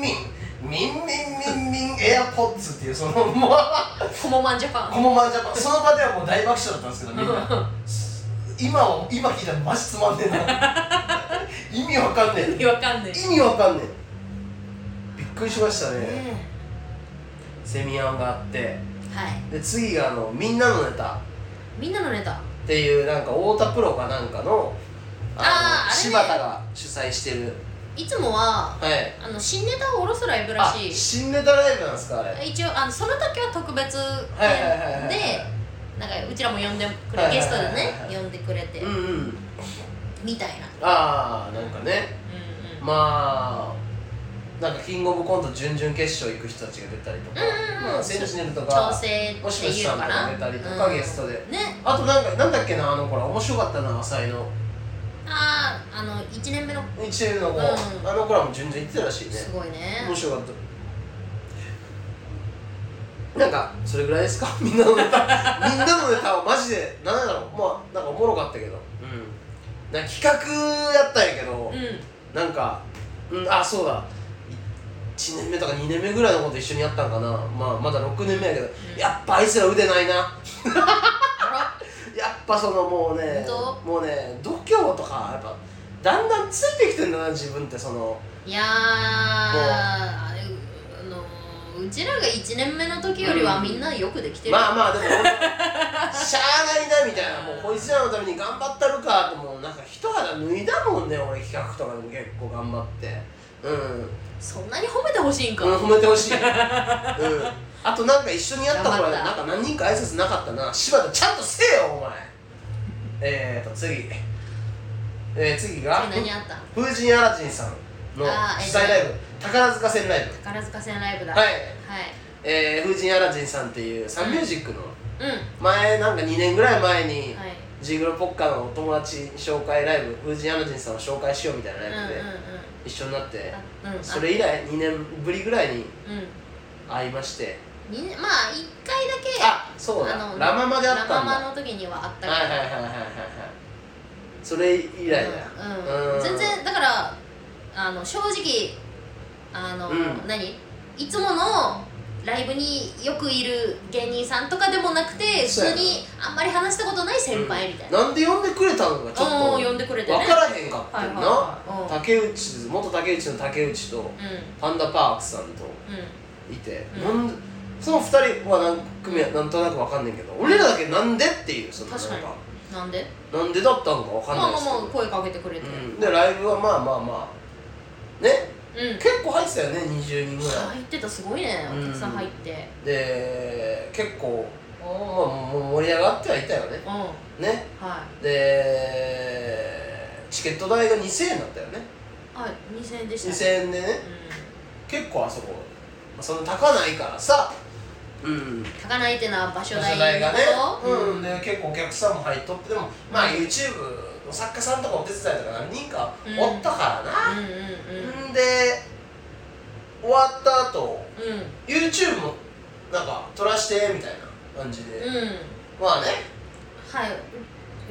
B: ミンミンエアポッツっていうそのもう
A: コモマンジャパ
B: コ
A: ン
B: モマンジャパンその場ではもう大爆笑だったんですけどみんな
A: う
B: 今を今聞いたらマジつまんねえな意味わかんねえ
A: 意味わかんねえ
B: 意味わかんねえびっくりしましたね、
A: ね
B: セミ案があって
A: えはい
B: で次があの「みんなのネタ」
A: みんなのネタ
B: っていうなんか太田プロかなんかのの
A: あーあれね
B: 柴田が主催してる
A: いつもは
B: はい
A: あの新ネタを下ろすライブら
B: あ
A: しい
B: 新ネタライブなんですかあれ
A: 一応あのその時は特別で、
B: はいはいはいはい
A: でなんかうちらも呼んでくれ、
B: はいはいはいはい
A: ゲストでね呼んでくれて、
B: うんうん
A: みたいな、
B: ああなんかね
A: うんうん
B: まあなんかキングオブコント準々決勝行く人たちが出たりとか、
A: うんうんうん
B: まあ、センチネルと
A: 調
B: か
A: 整
B: もしも
A: って
B: し
A: いう
B: さ
A: の
B: んと
A: か
B: か
A: な
B: 出たりとか、
A: うん
B: ゲストで
A: ね
B: あとなんかなんだっけなあのほら面白かったな浅井の
A: あああの1年目の
B: 一チの子、
A: うん
B: あの子らも準々行ってたらしいね
A: すごいね
B: 面白かったなんかそれぐらいですか [laughs] みんなのネタみんなのネタはマジで何だろうまあなんかおもろかったけど、うん、なんか企画やったんやけど、
A: う
B: なんか、うん、あそうだ1年目とか2年目ぐらいの子と一緒にやったんかな、まあ、まだ6年目やけど、
A: ん
B: やっぱあいつら
A: [laughs]
B: 腕ないなやっぱそのもうね
A: 本
B: もうね度胸とかやっぱだんだんついてきてんだな自分ってその
A: んいやーあれあのうちらが1年目の時よりは
B: うん
A: みんなよくできてる、
B: まあまあでも俺もしゃあないなみたいなもうこいつらのために頑張ったるかともうなんか一肌脱いだもんね俺企画とかでも結構頑張ってうん
A: そんなに褒めてほしいんか、
B: うん、褒めてほしい、うん、あとなんか一緒にやった子
A: 頑張っ
B: ら
A: た
B: なんか何人か挨拶なかったな柴田ちゃんとせえよお前えーと次えー、次が
A: 何あった
B: 風神アラジンさんの
A: あー
B: 主催ライブ宝塚線ライ
A: 宝塚線ライブ
B: ブ
A: だ、
B: はいい、えー、風神アラジンさんっていうサンミュージックの
A: うんは
B: 前なんか2年ぐらい前に、
A: い
B: ジグロポッカのお友達紹介ライブ風神アラジンさんを紹介しようみたいな
A: うんうん
B: ライブで一緒になって、
A: うんあうん
B: それ以来2年ぶりぐらいに
A: うん
B: 会いまして
A: みんなまあ一回だけ
B: あそうだ
A: あの
B: ラママであったんだ
A: ラママの時にはあったけど
B: はいはいはいはいはいはいそれ以来だよ、
A: うん
B: う
A: うん
B: ん
A: 全然だからあの正直あの、
B: うん
A: 何いつものライブによくいる芸人さんとかでもなくて
B: そう
A: 普
B: や
A: 通にあんまり話したことない先輩みたいな、
B: なんで呼んでくれたのかちょっ
A: うん
B: と
A: 呼んでくれてね
B: 分からへんかったよな、
A: はいはいはいうん
B: 竹内元竹内の竹内とパンダパークさんと
A: うんうん
B: いて、
A: う
B: なんでその2人は何組やなんとなく分かんないけど俺らだけなんでっていうそのなん
A: 確かになんで
B: なんでだったのか分かん
A: ま
B: な
A: あ
B: い
A: ま
B: で
A: あ
B: すけど、
A: まあ声かけてくれて
B: うん、でライブはまあまあまあね
A: うん
B: 結構入ってたよね20人ぐらい
A: 入ってたすごいねお客さん入って
B: で結構まあもう盛り上がってはいたよね
A: うんはい
B: ね
A: は
B: でチケット代が2000円だったよね
A: い2000円でしたね
B: 2000円でね結構あそこまあそんな高ないからさうん
A: うん高ないってのは場所
B: 所
A: 代
B: 代がね
A: のこと
B: うんで結構お客さんも入っとってでもまあ YouTube の作家さんとかお手伝いとか何人かおったからな、
A: うんうんうん
B: んで終わった後
A: うん
B: YouTube もなんか撮らしてみたいな感じで、
A: うん
B: まあね
A: はい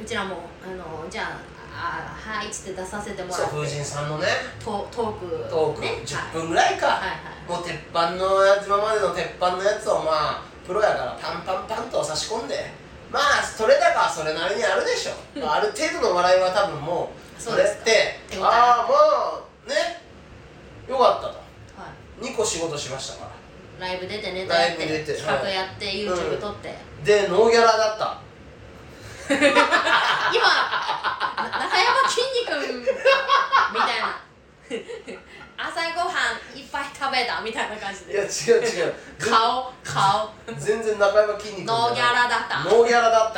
A: うちらもあのじゃああはいっつって出させても
B: そ
A: ら
B: う
A: って
B: 風神さんのね
A: トトーク
B: トーク
A: ね
B: 10分ぐらいか、
A: はいはいはい
B: もう鉄板のやつ今までの鉄板のやつをまあプロやからパンパンパンと差し込んでまあそれだかそれなりにあるでしょ、まあ、ある程度の笑いは多分もう
A: そ
B: そうれ
A: で
B: っ
A: すか手応
B: て
A: え
B: ああまあねよかったと
A: は
B: 2個仕事しましたから
A: いライブ出てネタ
B: ラ
A: や
B: イ
A: っ
B: ブ出
A: て
B: て
A: 企画
B: はい
A: やって
B: う
A: YouTube
B: ん
A: 撮って
B: でノーギャラだった
A: 今な中山きんに君みたいな [laughs] 朝ごはんいっぱい食べたみたいな感じ
B: いや違
A: で
B: う
A: [laughs]
B: 違う
A: 顔顔
B: 全然中山きんに君じゃない
A: ノーギャラだった
B: ノーギャラだっ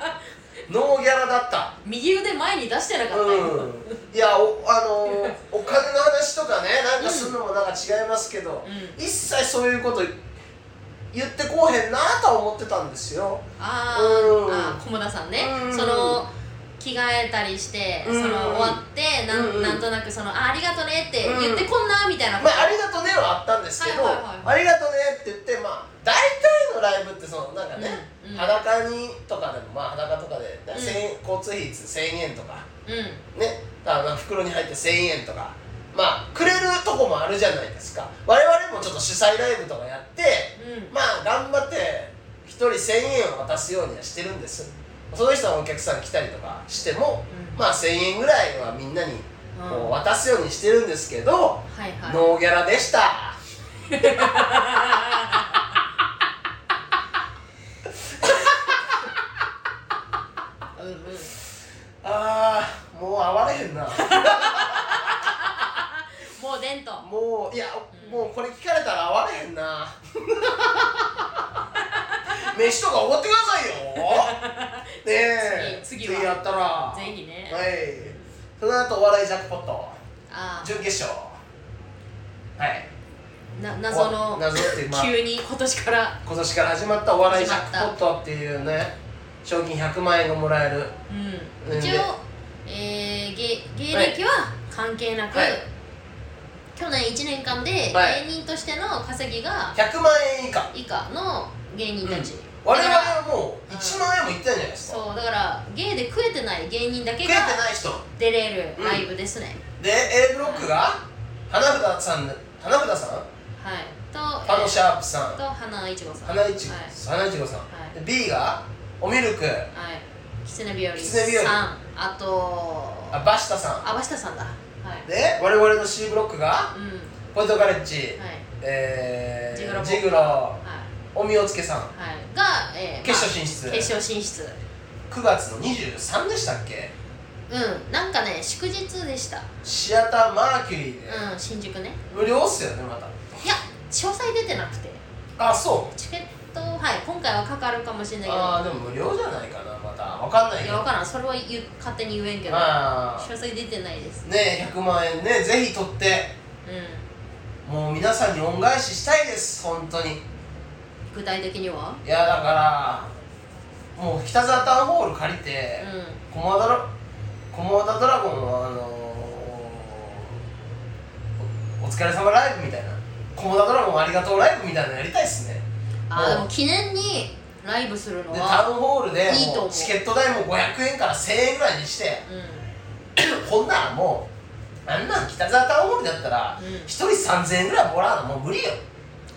B: た
A: [laughs]
B: ノーギャラだった
A: 右腕前に出してなかったよ、
B: うんいやおあのーお金の話とかねなんかするのもなんか違いますけど、
A: う
B: 一切そういうこと言ってこうへんなとは思ってたんですよ
A: あ
B: うん
A: ーあー菰田さんね
B: うん
A: その着替えたりしてそ
B: うん
A: の終わってな
B: うん
A: んなんとなくその「あありがとね」って
B: うん
A: 言ってこんなみたいな
B: まあ、ありがとうねはあったんですけど、
A: はいはい
B: ありがとうねって言ってまあ大体のライブってそのなんかね、
A: うんうん
B: 裸にとかでもまあ裸とかで、だ
A: う
B: から
A: ん
B: 千円交通費1000円とか
A: うん
B: ねだからまあ袋に入って1000円とかまあくれるとこもあるじゃないですか我々もちょっと主催ライブとかやって
A: うん
B: まあ頑張って1人1000円を渡すようにはしてるんですその人のお客さん来たりとかしても、
A: うん
B: まあ1000円ぐらいはみんなにこう
A: は
B: 渡すようにしてるんですけど、
A: いはい
B: ノーギャラでした
A: うんうん
B: あーもう会われへんな
A: もう出んと
B: [laughs] もういやもうこれ聞かれたら会われへんな [laughs] 飯とかおごってください
A: [laughs]
B: よねえ
A: 次次は
B: やったら
A: ぜひね
B: はいその後お笑いジャックポット
A: あ
B: 準決勝はい
A: あな謎の
B: お謎っていうまあ
A: 急に今年から
B: 今年から始まったお笑いジャックポットっていうね賞金100万円がもらえる
A: うん
B: うん
A: 一応えー、芸芸歴は関係なく、
B: はい
A: 去年1年間で
B: はい
A: 芸人としての稼ぎが
B: 100万円以下
A: 以下の芸人たち、
B: 我
A: だ
B: 々
A: から
B: はもう1万円もいってんじゃないですか
A: そうだから芸で食えてない芸人だけ
B: 食え
A: が
B: てない人
A: 出れるライブですね、
B: で A ブロックが花札さん花札さん
A: はいと
B: パノシャープ
A: えー
B: さん
A: と花いちごさん
B: 花いち
A: はい、
B: 花いちごさん
A: はい
B: で B がおミルク
A: はい、キツネ日和
B: キツネ日和
A: さんあと
B: あバシタさ
A: あばしたさんだは
B: ん
A: い
B: で我々の C ブロックが
A: うん
B: ポイントガレッジ
A: はい
B: え
A: ジグロ
B: ー
A: ボ
B: ジグロ
A: はい
B: おみおつけさん
A: はいが、えー
B: 決勝進出
A: まあ決勝進出
B: 9月の23でしたっけ
A: うんなんかね祝日でした
B: シアターマーキュリーで
A: うん新宿ね
B: 無料っすよねまた
A: いや詳細出てなくて
B: あそう
A: チケットはい今回はかかるかもしれないけ
B: あーでも無料じゃないかなまたわかんない
A: どい
B: け
A: や
B: ど
A: 分からんそれは言う勝手に言えんけど詳
B: あ
A: 細出てないです
B: ーねえ100万円ねぜひ取って
A: うん
B: もう皆さんに恩返ししたいです本当に
A: 具体的にはい
B: やだからもう北沢タウンホール借りて
A: う、ん
B: 駒田ド駒田ドラゴンのあのーおお疲れ様ライブみたいな駒田ドラゴンありがとうライブみたいなのやりたいっすね
A: あーで
B: も
A: も記念にライブするの
B: でタ
A: は
B: ウンホールで
A: いいと
B: も
A: 思
B: う
A: う
B: チケット代も500円から1000円ぐらいにして
A: うん
B: ほんならもうあんなん北沢タウンホールだったら
A: うん
B: 1人3000円ぐらいもらうのもう無理よ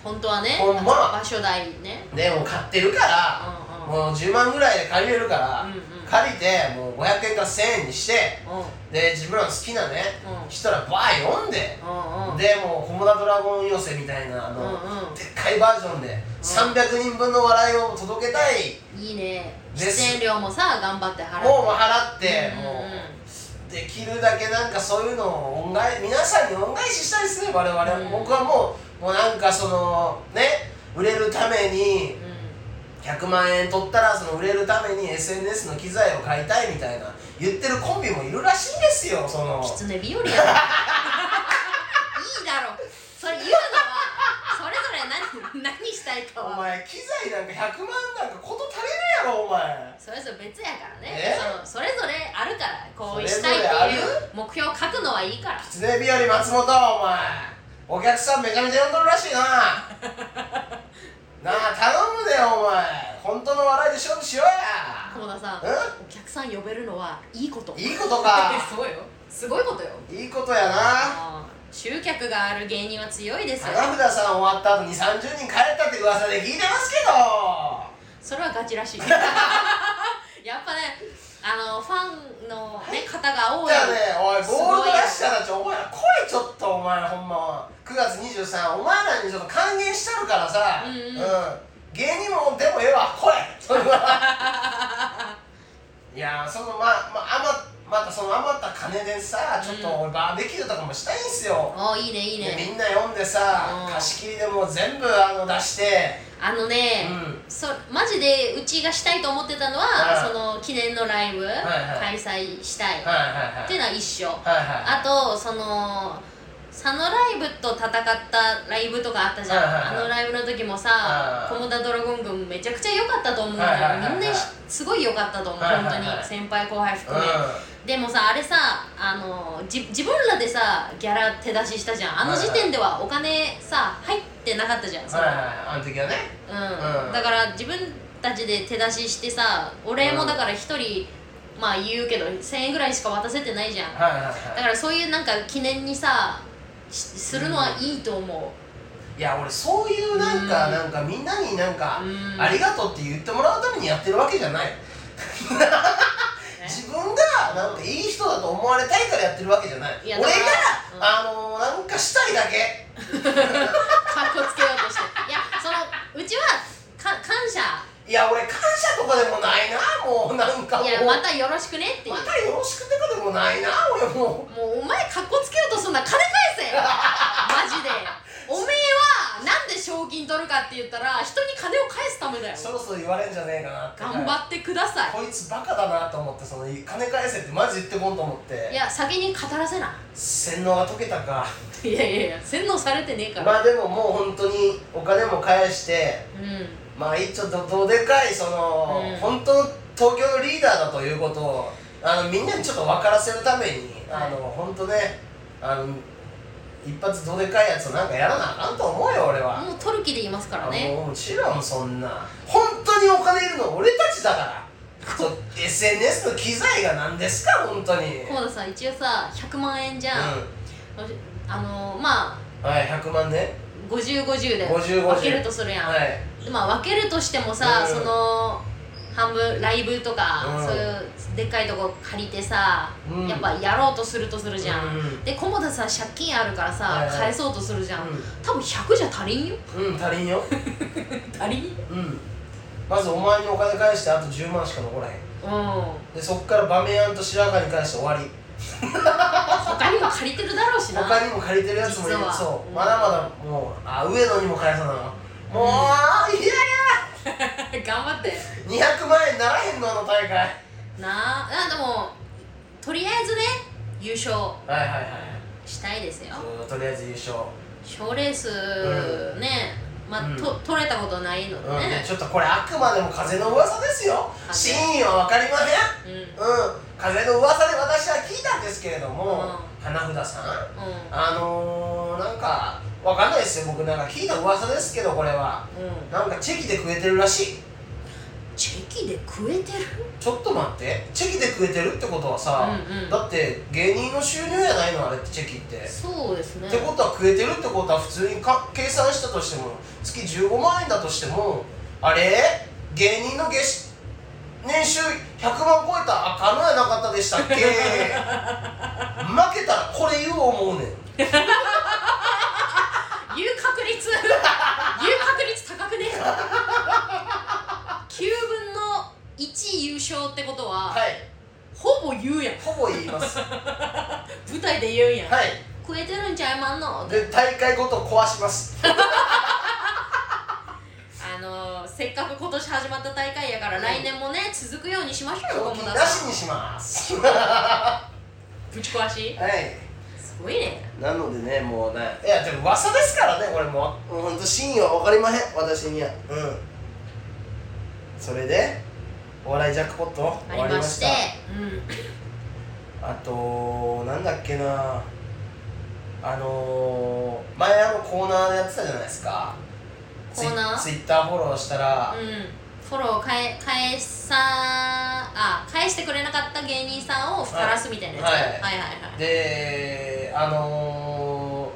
A: 本当はね
B: ほんま
A: 場所代ね
B: でもう買ってるから、
A: うんうん
B: もう10万ぐらいで借りれるから、
A: うんうん
B: 借りてもう500円から1000円にして
A: うんうん
B: で自分らの好きなね、
A: うん
B: 人らバー読んで、
A: うん
B: でもう「コモダドラゴン寄せ」みたいなあの、
A: うんうん
B: でっかいバージョンで300人分の笑いを届けたい、
A: いいね
B: です
A: 出演料もさ頑張って払って
B: もう払って、
A: うん
B: も
A: うん
B: うできるだけなんかそういうのを恩返皆さんに恩返ししたいですね我々、
A: うん
B: 僕はもうもうなんかそのね売れるために
A: う
B: 100万円取ったらその売れるために SNS の機材を買いたいみたいな言ってるコンビもいるらしいですよその
A: ん [laughs] 狐日和やろいいだろそれ言うのはそれぞれ何 [laughs] 何したいか
B: お
A: は
B: 前機材なんか100万なんかこと足りるやろお前
A: それぞれ別やからね
B: え
A: そのそれぞれあるからこうし
B: それぞ
A: たいっ
B: れある
A: ていう目標を書くのはいいから
B: 狐日和松本お前お客さんめちゃめちゃ呼んどるらしいななあ頼むでよお前本当の笑いで勝負しよう
A: 菰田さん
B: や
A: お客さん呼べるのはいいこと
B: んいいことか
A: そうよ [laughs] すごいことよ
B: いいことやな
A: あー集客がある芸人は強いですよ
B: 花札さん終わった後に30人帰ったって噂で聞いてますけど
A: それはガチ
B: [laughs]
A: らしいやっぱねあのファンの、ね、方が多い
B: じゃあね、おい、ボール出したらちょ、お前ら来いちょっと、お前らほんまは。9月23、お前らにちょっと還元したるからさ、
A: うんうん
B: 芸人もでもええわ、来いそれは [laughs] いやー、そのま、ま、余またその余った金でさ、ちょっと俺バーベキューとかもしたいんすよ。
A: おいいねいい
B: でみ
A: ね
B: んな読んでさ、
A: うん
B: 貸し切りでもう全部あの出して、
A: あのね、
B: うん
A: そマジでうちがしたいと思ってたのは、
B: はい
A: その記念のライブ、
B: はい
A: 開催したい、
B: はいはいはい。
A: っていうのは一緒、
B: はいはい。
A: あとその佐野ライブと戦ったライブとかあったじゃん、
B: はいはいはい
A: あのライブの時も
B: は
A: さ
B: いはい
A: 菰田ドラゴン軍めちゃくちゃ良かったと思うのよ、
B: はいはいはいはい
A: みんなしすごい良かったと思う、
B: はいはいはい
A: 本当に先輩後輩含め、
B: う
A: でもさあれさあのじ自分らでさギャラ手出ししたじゃんあの時点ではお金さ入ってなかったじゃん、
B: ん。
A: そ
B: はい
A: の
B: はいはい、あの時はね。
A: うん
B: うん
A: だから自分たちで手出ししてさお礼もだから一人、まあ言うけど1000円ぐらいしか渡せてないじゃん
B: はいはいはい。
A: だからそういうなんか記念にさしするのはいいと思
B: いや俺そういうなんか、
A: うん
B: なんかみんなになんか、
A: うん
B: ありがとうって言ってもらうためにやってるわけじゃない自分がなんかいい人だと思われたいからやってるわけじゃない
A: いや
B: 俺が、
A: だ
B: あのー、なんかしたいだけ
A: かっこつけようとしていやそのうちはか感謝
B: いや俺感謝とかでもないなもうなんかもう
A: いやまたよろしくねっていう
B: またよろしくてかでもないな俺も
A: もう
B: う
A: お前かっこつけようとすんな金返せ
B: [laughs]
A: マジでおめえはなんで賞金取るかって言ったら人に金を返すためだよ
B: そろそろ言われんじゃねえかなって
A: 頑張ってください
B: こいつバカだなと思ってその金返せってマジ言ってこんと思って
A: いや先に語らせな
B: 洗脳が解けたか
A: いやいやいや洗脳されてねえから、
B: まあでももう本当にお金も返して
A: うん
B: まあ一応どどでかいその、
A: うん
B: 本当の東京のリーダーだということをあのみんなにちょっと分からせるために、
A: はい
B: あの本当ねあの一発どでかいやつなんかやらなあかんと思うよ俺は、
A: もうトルキで言いますからね
B: もうもちろんそんな本当にお金いるの俺たちだからそう SNS の機材が何ですか本当に
A: 久保田さん一応さ100万円じゃん、
B: う
A: あのまあ
B: んはい100万ね
A: 5050で
B: 50 50
A: 分けるとするやん、
B: はい
A: まあ分けるとしてもさ、
B: うん
A: その半分ライブとか、
B: うん
A: そういうでっかいとこ借りてさ、
B: うん
A: やっぱやろうとするとするじゃん、
B: うん
A: で菰田さん借金あるからさ、
B: はいはい
A: 返そうとするじゃん、多分100じゃ足りんよ
B: うん、うん、足りんよ
A: 足りんうん
B: うんまずお前にお金返してあと10万しか残らへんでそっからバメヤンと白髪に返して終わり
A: 他にも借りてるだろうしな
B: 他にも借りてるやつもいる
A: 実は
B: そう
A: うん
B: まだまだもうあ上野にも返さなもう、いや
A: [laughs] 頑張って
B: いや200万円ならへんのあの大会はい
A: なああでもとりあえずね優勝
B: はいはい
A: したいですよ
B: そうとりあえず優勝、
A: 賞レース、
B: う
A: ねまあ、
B: うん
A: と取れたことないので
B: うんで
A: ね、
B: ちょっとこれあくまでも風の噂ですよ
A: 風
B: 真意は分かりません
A: うんうん
B: うん風の噂で私は聞いたんですけれども、花札さんあのー、なんかわかんないですよ僕なんか聞いた噂ですけどこれは
A: うん
B: なんかチェキで食えてるらしい
A: チェキで食えてる
B: ちょっと待ってチェキで食えてるってことはさ、
A: うんうん
B: だって芸人の収入やないのあれってチェキって、
A: そうですね
B: ってことは食えてるってことは普通にか計算したとしても月15万円だとしてもあれ芸人の月年収100万超えたあかんのやなかったでした
A: [laughs]
B: っけ負けたらこれ言う思うねん
A: 言う確
B: [laughs]
A: 率言う確率高くね9分の1優勝ってことは、
B: はい
A: ほぼ言うやん
B: ほぼ言いますは
A: 舞台で言うんやん、
B: い
A: 食えてるんちゃいまんの
B: で大会ごと壊
A: [laughs]
B: します
A: あのー、せっかく今年始まった大会やから、来年もね続くようにしましょうよ
B: 賞
A: 友
B: 金
A: 達
B: なしにしますは
A: ぶち壊し
B: い
A: すごいね
B: なのでねもうねいやでも噂ですからねこれもうほんと真意は分かりまへん私にはうんそれでお笑いジャックポット終わ
A: あ
B: り
A: り
B: ま
A: ま
B: し
A: して
B: た
A: うん
B: あとなんだっけなあのー、前あのコーナーでやってたじゃないですか
A: コーナー
B: ツイツイッターフォローしたら、
A: うん、フォローを返返さあ返してくれなかった芸人さんを太らすみたいなやつ、
B: はい
A: はい、はいはい
B: であの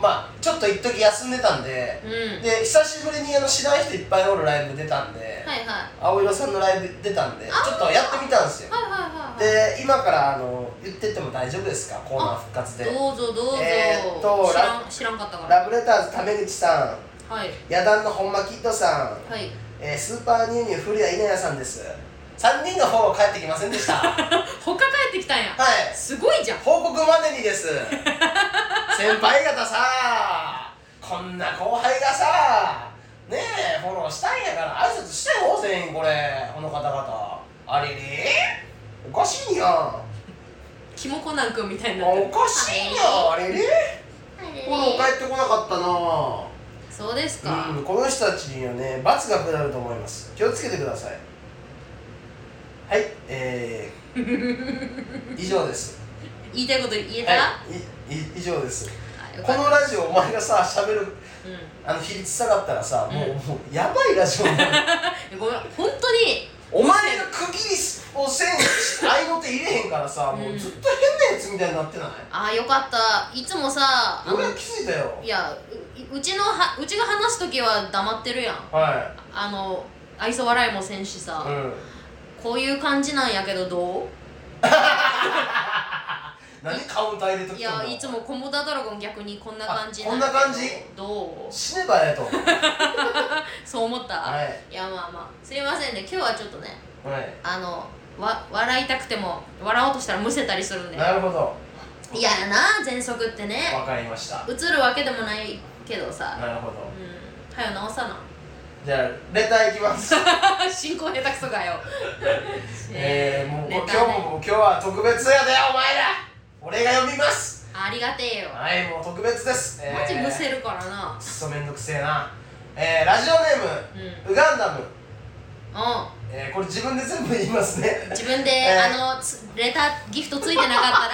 B: ー、まあちょっと一時休んでたんで
A: うん
B: で久しぶりにあの知らん人いっぱいおるライブ出たんで、
A: はいはい
B: 青色さんのライブ出たんでちょっとやってみたんですよ
A: はいはいはいはい
B: で今からあの言ってっても大丈夫ですかコーナー復活で
A: どうぞどうぞ、
B: えーっと
A: 知らん知らんかったから
B: ラブレターズタメ口さ
A: はい
B: ん野団の本間キッドさん、
A: はい
B: えースーパーニューニュー古谷稲也さんです3人がフォロー返ってきませんでした
A: [laughs]
B: はい
A: 他帰ってきたんやすごいじゃん
B: 報告までにです先輩方さこんな後輩がさねえフォローしたんやから挨拶してよ全員これこの方々あれれおかしいやんあ
A: キモコナン君みたいになって
B: お
A: る
B: かしいやんあれれフォロー
A: あれ
B: 返ってこなかったな
A: そうですか、
B: うん、この人たちにはね罰が下ると思います気をつけてくださいはいえ
A: [laughs]
B: ー、以上です
A: 言いたいこと言えた、
B: はいいい以上です
A: あよ
B: こ
A: かった
B: のラジオお前がさ喋る
A: うん
B: あの比率下がったらさ、もう
A: うん
B: もうやばいラ
A: [laughs]
B: ジオになる
A: えごめん本当に
B: お前が区切りをせん合いの手入れへんからさ、もうずっと変なやつみたいになってない
A: ああよかったいつもさあの
B: 俺は気づいたよ
A: いやううちのはうちが話す時は黙ってるやん
B: は
A: あの愛想笑いもせんしさ、
B: いうん
A: こういう感じなんやけどど
B: 何カウンター入れと
A: う
B: く
A: いやいつもコモダドラゴン逆にこんな感じ
B: あこん
A: や
B: な
A: けど
B: 感じ
A: どう
B: 死ねばええと
A: そう思った、、
B: はい
A: やまあまあすいませんね今日はちょっとね
B: はい
A: あのわ笑いたくても笑おうとしたらむせたりするんで
B: なるほど
A: 嫌やな喘息ってね
B: わかりました
A: うつるわけでもないけどさ
B: なるほど
A: うんはよ直さな [laughs]
B: じゃあレターいきます、
A: 進行下手くそがよ
B: えー、もう
A: ネ
B: 今
A: タね
B: 日ももう今日は特別やでお前ら俺が読みます
A: [laughs] ありがてえよ
B: はいもう特別です
A: マジむせ
B: る
A: るからな
B: くそめんどくせえなえー、ラジオ
A: う
B: ネ
A: ん
B: ームウガンダム、
A: うん
B: えー、これ自分で全部言いますね [laughs]
A: 自分で、
B: えー
A: あのつレターギフトついてなかった
B: [laughs]
A: ら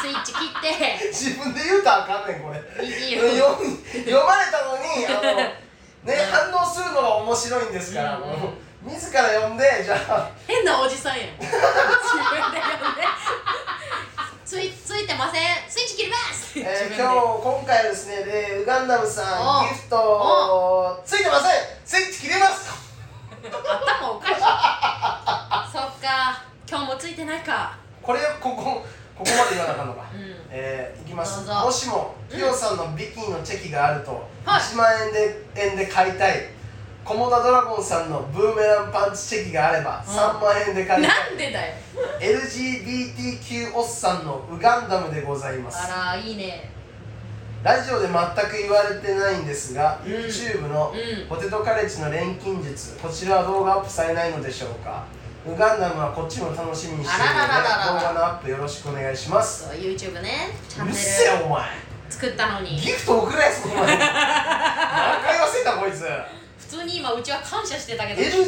A: スイッチ切って
B: 自分で言うたらあかんねんこれ
A: いい
B: 読
A: よ
B: み読まれたのにあの、ね、反応するのが面白いんですから、
A: うん
B: もう自ら読んでじ
A: [laughs]
B: ゃあ
A: 変なおじさんやん自分で呼んでついついてませんスイッチ切ります、
B: えー、
A: 自分で
B: 今日今回はですねでウガンダムさ
A: お
B: んギフトついてませんスイッチ切れます
A: 頭おかしいそっか今日もついてないか
B: これここここまで言わなあかんのか、
A: うん
B: えーいきます
A: どうぞ
B: もしもピヨさんのビキニのチェキがあると、
A: はい
B: 1万円で円で買いたいコモダドラゴンさんのブーメランパンチチェキがあれば
A: うん
B: 3万円で買いたい、
A: なんでだよ
B: LGBTQ おっさんのウガンダムでございます
A: あらいいね
B: ラジオで全く言われてないんですが、
A: うん
B: YouTube
A: う
B: の
A: ん
B: ポテトカレッジの錬金術こちらは動画アップされないのでしょうかウガンダムはこっちも楽しみにしているの
A: あら
B: で
A: らららら
B: 動画のアップよろしくお願いします
A: そう YouTube ねチャ
B: う
A: ン
B: る
A: ネ
B: せ
A: ル
B: えお前
A: 作ったのに
B: ギフト送れそこ
A: [laughs]
B: まで何回忘れたこいつ
A: 普通に今うちは感謝してたけど
B: LGBTQ って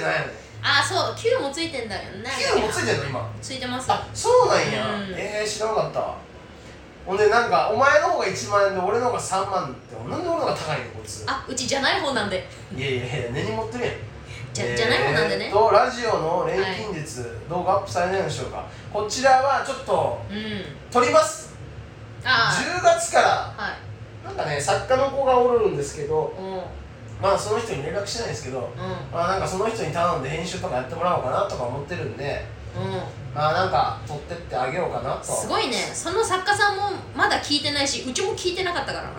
B: 何やねん
A: あそう Q もついてんだよね
B: Q もついてんの今
A: ついてます
B: あそうなんや、
A: うん
B: えー、知らなかったわほんでなんかお前の方が1万円で俺の方が3万ってなんで俺の方が高いのこいつ
A: あうちじゃない方なんで
B: いやいやいや根に持ってるやん
A: じゃ,、じゃない方なんで
B: えー
A: ね
B: っとラジオの錬金術、動画アップされないのでしょうかこちらはちょっと
A: うん
B: 撮ります
A: あ
B: 10月から
A: あはい
B: なんかね作家の子がおるんですけど
A: うんうん
B: まあその人に連絡してないんですけどまあなんかその人に頼んで編集とかやってもらおうかなとか思ってるんで
A: うん
B: まあなんか撮ってってあげようかなと
A: すごいねその作家さんもまだ聞いてないしうちも聞いてなかったからな
B: [laughs]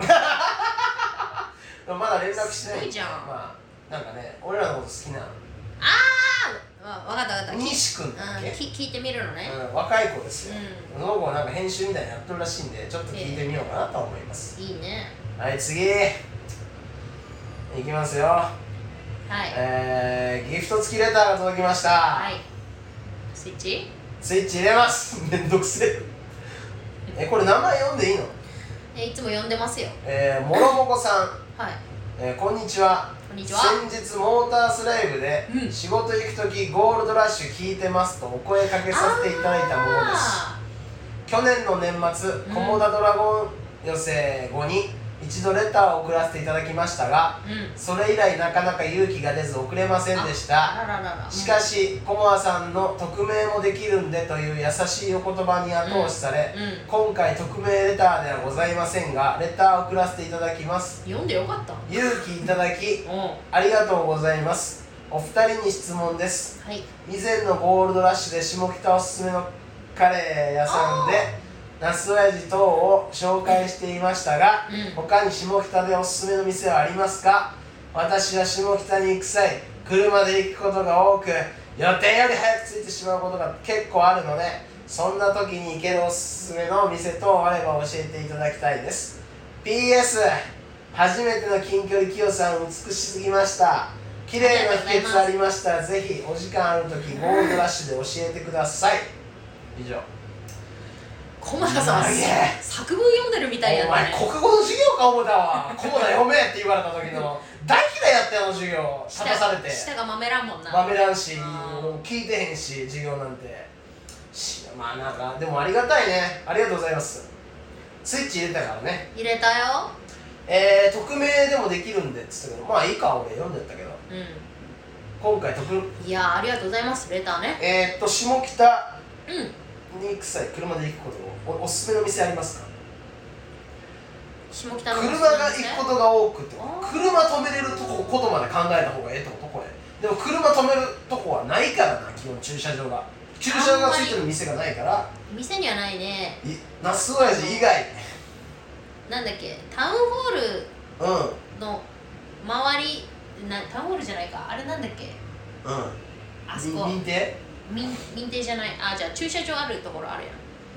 B: でもまだ連絡してない
A: すごいじゃん
B: まあなんかね俺らのこと好きな
A: あわわかったわかったき
B: 西君
A: うん
B: だっけ、
A: き聞いてみるのね
B: うん、若い子ですよ、
A: う
B: その子はなんか編集みたいにやってるらしいんでちょっと聞いてみようかなと思います、
A: いいね
B: はい次いきますよ、
A: はい
B: えー、ギフト付きレターが届きました、
A: はいスイッチ
B: スイッチ入れます [laughs] めんどくせええこれ名前読んでいいの
A: えいつも呼んでますよ
B: えー、もろもこさん、
A: はい
B: えー、こんにちは
A: こんにちは
B: 先日モータースライブで
A: うん
B: 仕事行く時ゴールドラッシュ聞いてますとお声かけさせていただいたものです
A: あ
B: 去年の年末
A: うん
B: コモダドラゴン寄せ後に一度レターを送らせていただきましたが
A: ーうん
B: それ以来なかなか勇気が出ず送れませんでした
A: あらららら
B: しかしコモアさんの「匿名もできるんで」という優しいお言葉に後押しされ、
A: うん
B: 今回匿名レターではございませんがレターを送らせていただきます
A: 呼んでよかった
B: 勇気いただき
A: うんは
B: ありがとうございますお二人に質問です
A: い
B: 以前のゴールドラッシュで下北おすすめのカレー屋さんでナス親父等を紹介していましたが、
A: うん
B: 他に下北でおすすめの店はありますか私は下北に行く際車で行くことが多く予定より早く着いてしまうことが結構あるのでそんな時に行けるおすすめのお店等あれば教えていただきたいです PS 初めての近距離キヨさん美しすぎました綺麗な秘訣ありましたらぜひお時間ある時ゴールドラッシュで教えてください以上
A: 駒田さん
B: すげえ
A: 作文読んでるみたいや
B: お前
A: ね
B: 国語の授業か思ったわ「コモダ読め」って言われた時
A: [laughs]
B: の大嫌いやったよあの授業立たされて
A: 下が豆らんもんな
B: 豆らんし
A: うん
B: もう聞いてへんし授業なんてしまあなんかでもありがたいねありがとうございますスイッチ入れたからね
A: 入れたよ
B: えー、匿名でもできるんでっつったけどまあいいか俺読んでったけど
A: うん
B: 今回特
A: いやーありがとうございますレターね
B: えー、っと下北
A: うん
B: に行く際車で行くことがおおすすめの店ありますか
A: 下北の
B: 車が行くことが多くってこ
A: あ
B: と
A: ー
B: 車止めれるとこことまで考えた方がええってことこれでも車止めるとこはないからな基本駐車場が駐車場がついてる店がないから
A: 店にはないね
B: い那須親父以外
A: なんだっけタウンホール
B: うんうん
A: の周りなタウンホールじゃないかあれなんだっけあそこ
B: み認定
A: 民民邸じゃないあじゃあ駐車場あるところあるや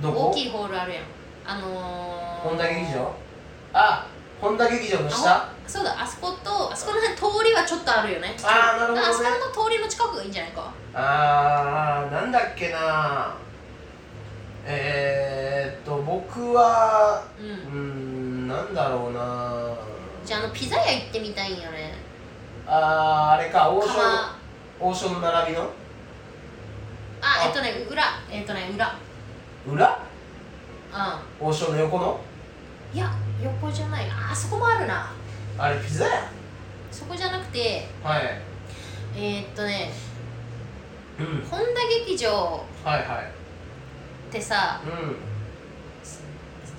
A: ん
B: どこ
A: 大きいホールあるやんあのー、
B: 本田劇場あ本田劇場の下
A: あほんそうだあそことあそこの辺通りはちょっとあるよね
B: あーなるほどね
A: だからあそこの通りの近くがいいんじゃないか
B: あーなんだっけなえー、っと僕は
A: う
B: うー
A: ん
B: んなんだろうな
A: じゃああのピザ屋行ってみたいんよね
B: あーあれか王将の
A: 釜
B: 王将の並びの
A: あえっとね裏えっとね裏
B: 裏
A: う
B: 王将の横の
A: んいや横じゃないああそこもあるな
B: あれピザや
A: そこじゃなくて
B: はい
A: えー、っとね
B: うん
A: 本田劇場
B: はいはい
A: ってさ
B: う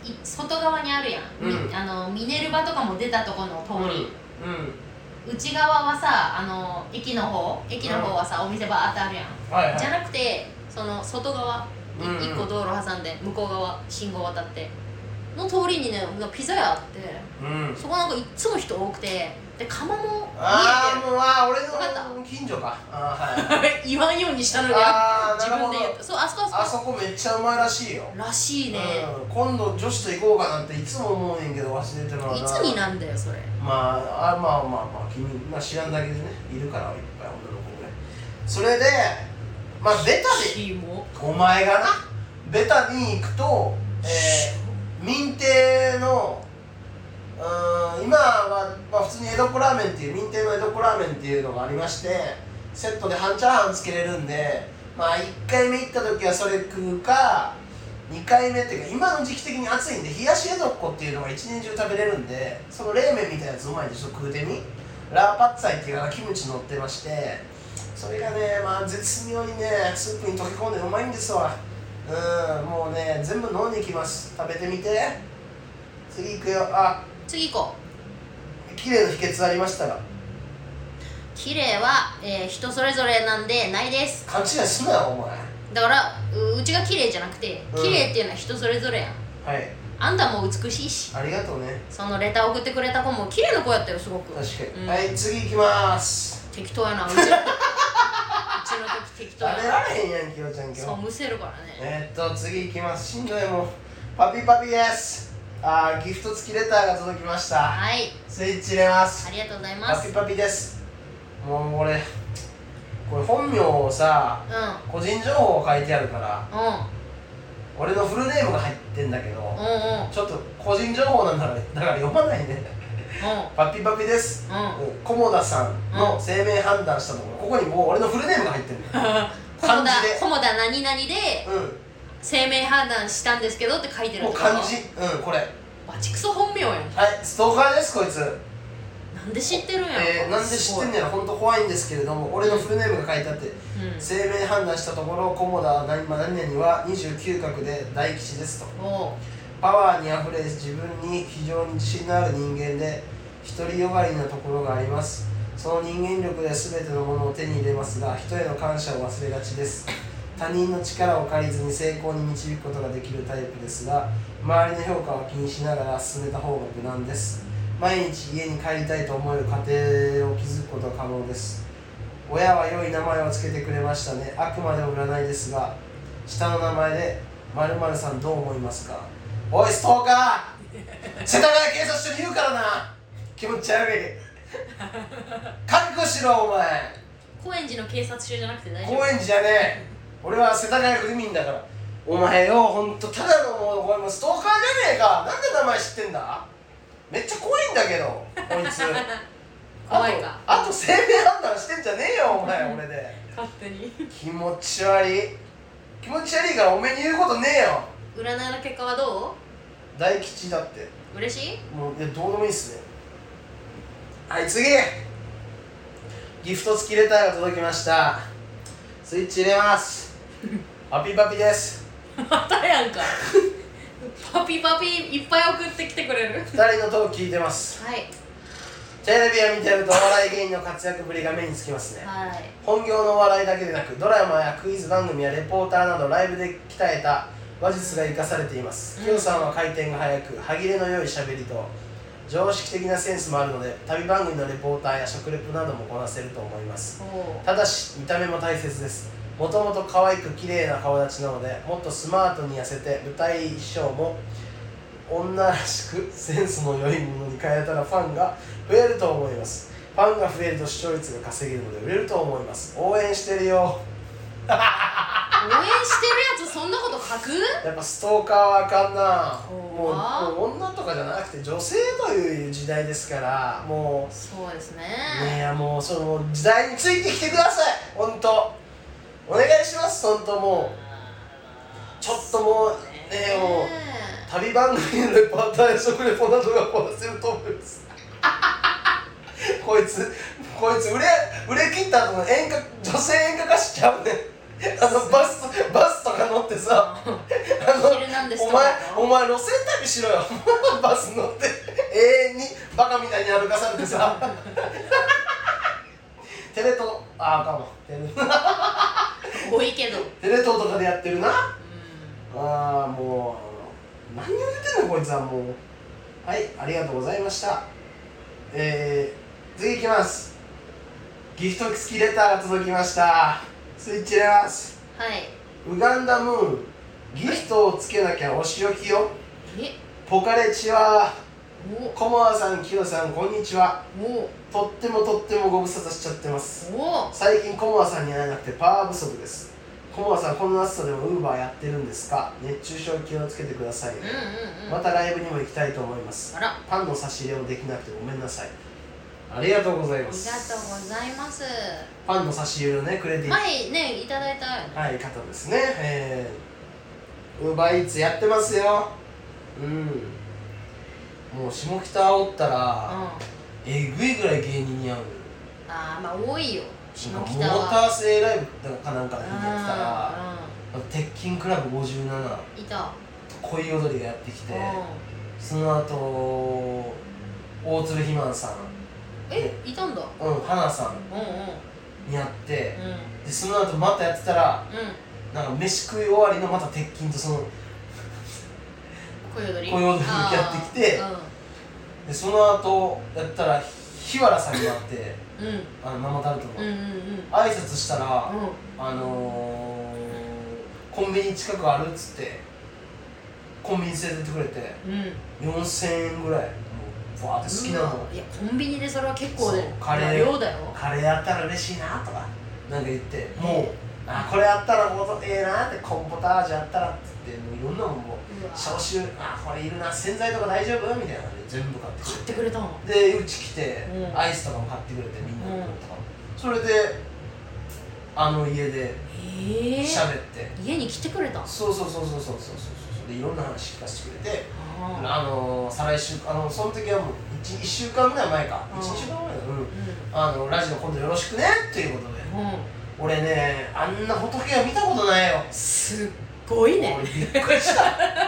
A: い外側にあるやん、み
B: うん
A: あのミネルヴァとかも出たとこの
B: ん
A: 通り、
B: うんうん
A: 内側はさあの駅の方駅の方はさ、お店バーってあるやん、
B: はいはい
A: じゃなくてその外側い
B: うんうん
A: 一個道路挟んで向こう側信号渡っての通りにねピザ屋あって
B: うん
A: そこなんかいっつも人多くてで釜も見えて
B: あ
A: る
B: あもうあ
A: わかっ
B: ー
A: た
B: 俺の近所かあーはい
A: [laughs] 言わんようにしたのに
B: あー
A: 自
B: なる
A: 分
B: ほ
A: で
B: ど
A: 言ったそうあそこ
B: あ
A: あそこ
B: そこめっちゃうまいらしいよ
A: らしいね、
B: うん、今度女子と行こうかなんていつも思うねんけど忘れてるわない
A: つになんだよそれ
B: まああまあまあまあ君、まあ、知らんだけでねいるからいっぱい女の子もねそれでまあベタで
A: キモ
B: お前がなベタに行くとえー、民邸のうーん今は、まあ、普通に江戸っ子ラーメンっていう民邸の江戸っ子ラーメンっていうのがありましてセットで半チャーハンつけれるんでまあ1回目行った時はそれ食うか2回目っていうか今の時期的に暑いんで冷やし江戸っ子っていうのが一年中食べれるんでその冷麺みたいなやつうまいんでちょっと食うてみラーパッツァイっていうのがキムチ乗ってましてそれがねまあ絶妙にねスープに溶け込んでうまいんですわうんもうね全部飲んできます食べてみて次行くよあ
A: 次行こ
B: 綺麗の秘訣ありましたら
A: う綺麗は、えー人それぞれなんでないです
B: 勘違いすなよお前
A: だからううちが綺麗じゃなくて
B: うん
A: 綺麗っていうのは人それぞれやん、
B: はい
A: あんたも美しいし
B: ありがとうね
A: そのレター送ってくれた子も綺麗な子やったよすごく
B: 確かに、
A: うん
B: はい次行きます
A: 適当やなうちのう
B: [laughs]
A: ちの時適当や
B: 食べられへんやんきよちゃん今日
A: そうむせるからね
B: えーっと次行きますしんどいもうパピパピですあーギフト付きレターが届きました
A: はい
B: スイッチ入れます
A: ありがとうございま
B: パ
A: す
B: ピパピですもう俺これ本名をさ
A: うんうん
B: 個人情報書いてあるから
A: うん
B: 俺のフルネームが入ってんだけど
A: うん
B: ちょっと個人情報なんだからだから読まないねパピパピです
A: うんうん
B: コモダさんの生命判断したところここにもう俺のフルネームが入ってるのよ
A: コモ
B: 漢
A: ダ
B: 字で
A: コモダ何々で
B: [laughs] う
A: 生命判断したんですけどって書いて
B: ん
A: る
B: もう
A: とこ
B: 漢字うんこれは
A: バチクソ本名やん
B: いストーカーですこいつ
A: なんで知ってるんやろ
B: えー、なんで知ってん
A: ね
B: ねやろほんと怖いんですけれども俺のフルネームが書いてあって生命判断したところ菰田何々は29画で大吉ですと
A: うんおう
B: パワーにあふれ自分に非常に自信のある人間で独りよがりなところがありますその人間力で全てのものを手に入れますが人への感謝を忘れがちです他人の力を借りずに成功に導くことができるタイプですが周りの評価は気にしながら進めた方が無難です毎日家に帰りたいと思える家庭を築くことが可能です親は良い名前を付けてくれましたねあくまでも占いですが下の名前で〇〇さんどう思いますかおいストーカー世田谷警察署に言うからな気持ち悪い覚悟しろお前
A: 高円寺の警察署じゃなくて大丈夫
B: 高円寺じゃねえ俺は世田谷区民だからお前よほんとただのもうお前もうストーカーじゃねえかなんで名前知ってんだめっちゃ怖いんだけどこいつ
A: [laughs] 怖いか
B: あとあと生命判断してんじゃねえよお前俺で
A: 勝手に
B: 気持ち悪い気持ち悪いからおめえに言うことねえよ
A: 占いの結果はど
B: 大吉だって
A: う嬉しい
B: もういやどうでもいいっすねはい次ギフト付きレターが届きましたスイッチ入れますパピパピです
A: またや [laughs] んかパピパピいっぱい送ってきてくれる
B: 2人のトーク聞いてます
A: はい
B: テレビを見てるとお笑い芸人の活躍ぶりが目につきますね
A: はい
B: 本業のお笑いだけでなくドラマやクイズ番組やレポーターなどライブで鍛えた話術が生かされています
C: うん
B: キヨ、さんは回転が速く歯切れの良いしゃべりと常識的なセンスもあるので旅番組のレポーターや食レポなどもこなせると思います
A: お
B: ただし見た目も大切ですもともと可愛く綺麗な顔立ちなのでもっとスマートに痩せて舞台衣装も女らしくセンスの良いものに変えたらファンが増えると思いますファンが増えると視聴率が稼げるので売れると思います応援してるよ
A: 応援してるやつそんなこと書く
B: やっぱストーカーはあかんな
A: 怖っ
B: もうもう女とかじゃなくて女性という時代ですからもう
A: そうですね
B: ねえもうその時代についてきてください本当お願いします本当もうちょっともうねえもう
A: ね
B: 旅番組のレポーターや食レポなどがこなせると思います [laughs] こいつこいつ売れ売れ切った後の演歌女性演歌歌手ちゃうねんあのバスバスとか乗ってさあの
A: ヒルナンデス
B: お
A: とか
B: 前お前路線旅しろよ [laughs] バス乗って永遠にバカみたいに歩かされてさ [laughs] テレ東ああかもテレ
A: え多いけど
B: テレ東とかでやってるなああもう何を言ってんのこいつはもうはいありがとうございましたえー、次いきますギフト付きレターが届きましたスイッチ入れます
A: はい
B: ウガンダムーンギフトをつけなきゃお仕置きよ
A: え
B: ポカレチは
A: お
B: コモアさんキヨさんこんにちは
A: お
B: とってもとってもご無沙汰しちゃってます
A: お
B: 最近コモアさんに会えなくてパワー不足ですコモアさんこんな暑さでもウーバーやってるんですか熱中症気をつけてください、
A: うんうんうん
B: またライブにも行きたいと思います
A: あらあ
B: パンの差し入れもできなくてごめんなさいありがとうござい
A: りが
B: ま
A: とう
B: す
A: ございます
B: パンの差し入れのねくれてい
A: 前ねいただいたよね
B: はい、方ですね。えー、ウーバーイーツやってますよ。うん。もう下北おった
A: うん
B: ら、
A: あ
B: えぐいぐらい芸人に会うのよ。
A: ーまあ多いよ下
B: なんか
A: 北
B: モータ
A: は
B: ー製ライブかなんかでやってたら、
A: あ
B: 鉄筋クラブ57、
A: うんいた
B: 恋踊りがやってきて、
A: うん
B: その後、大鶴ひまんさ
A: えいたんだ
B: ん、うん、花さ
A: うんうんうん
B: んに会って、で、その後またやってたら、
A: うん
B: なんか飯食い終わりのまた鉄筋とその、
A: 小踊り
B: 小踊りやってきて
A: あ
B: でその後やったら日原さんに会って
A: ーうん
B: あのママタルトの、
A: うんうんうん
B: 挨拶したら、
A: うんうん
B: あのー、コンビニ近くあるっつってコンビニ連れてってくれて
A: うん
B: 4000円ぐらいもうバーって好きなの
A: いやコンビニでそれは結構で
B: そうカレー
A: 量だよ
B: カレーやったら嬉しいなとかなんか言ってもうあこれやったらほんとええなってコーンポタージュやったらっつってもういろんなもんもう
A: うわ
B: 消臭あこれいるな洗剤とか大丈夫みたいなので全部買ってくれて
A: 買ってくれたの
B: でうち来て、
A: うん
B: アイスとかも買ってくれてみんなの
A: うん
B: とかも、それであの家で
A: ええ
B: 喋って、
A: 家に来てくれた
B: そうそうそうそうそうそうそうそうでいろんな話聞かせてくれて、
A: あ
B: あのー、再来週あのその時はもう 1, 一週間ぐらい前か、
A: うん
B: 一週間ぐらいだうん
A: ーう
B: あのラジオ今度よろしくねっていうことで
A: んうん
B: 俺ねあんな仏は見たことないよ
A: すっごいね
B: 俺びっくりした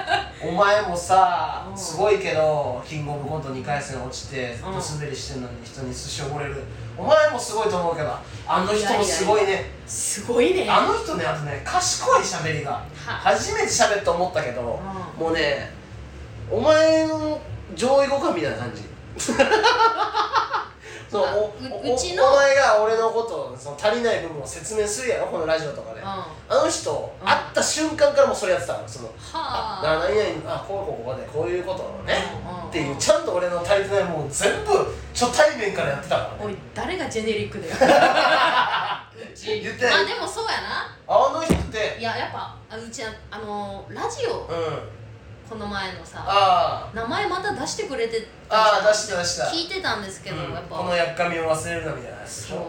A: [laughs]
B: お前もさ
A: うん
B: すごいけどキングオブコント2回戦落ちてずっ
A: うん
B: と滑りしてんのに人に寿司おごれるお前もすごいと思うけどあの人もすごいね
A: すごいね
B: あの人ねあとね賢い喋りが
A: は
B: 初めて喋って思ったけど
A: う
B: もうねお前の上位互換みたい
A: [laughs]
B: な感じそう
A: あ
B: お
A: う
B: お
A: うちの
B: お前が俺のことその足りない部分を説明するやろこのラジオとかで、
A: うん
B: あ
A: は
B: の人、
A: うん
B: 会った瞬間からもうそれやってたのそのあ
A: あ
B: 何々あこうこうこうでこういうことをね
A: うんうんうん
B: っていうちゃんと俺の足りてないもんを全部初対面からやってたから
A: お
B: ね
A: い誰がジェネリックだようち
B: 言って
A: あでもそうやな
B: あの人って
A: いややっぱあうちああのーラジオ
B: うん
A: この前のさ
B: あー
A: 名前また出してくれて
B: あー出
A: た
B: した出した
A: 聞いてたんですけど、
B: うん
A: やっぱ
B: このやっかみを忘れるなみたいなやつでし
A: そう
B: ょ、、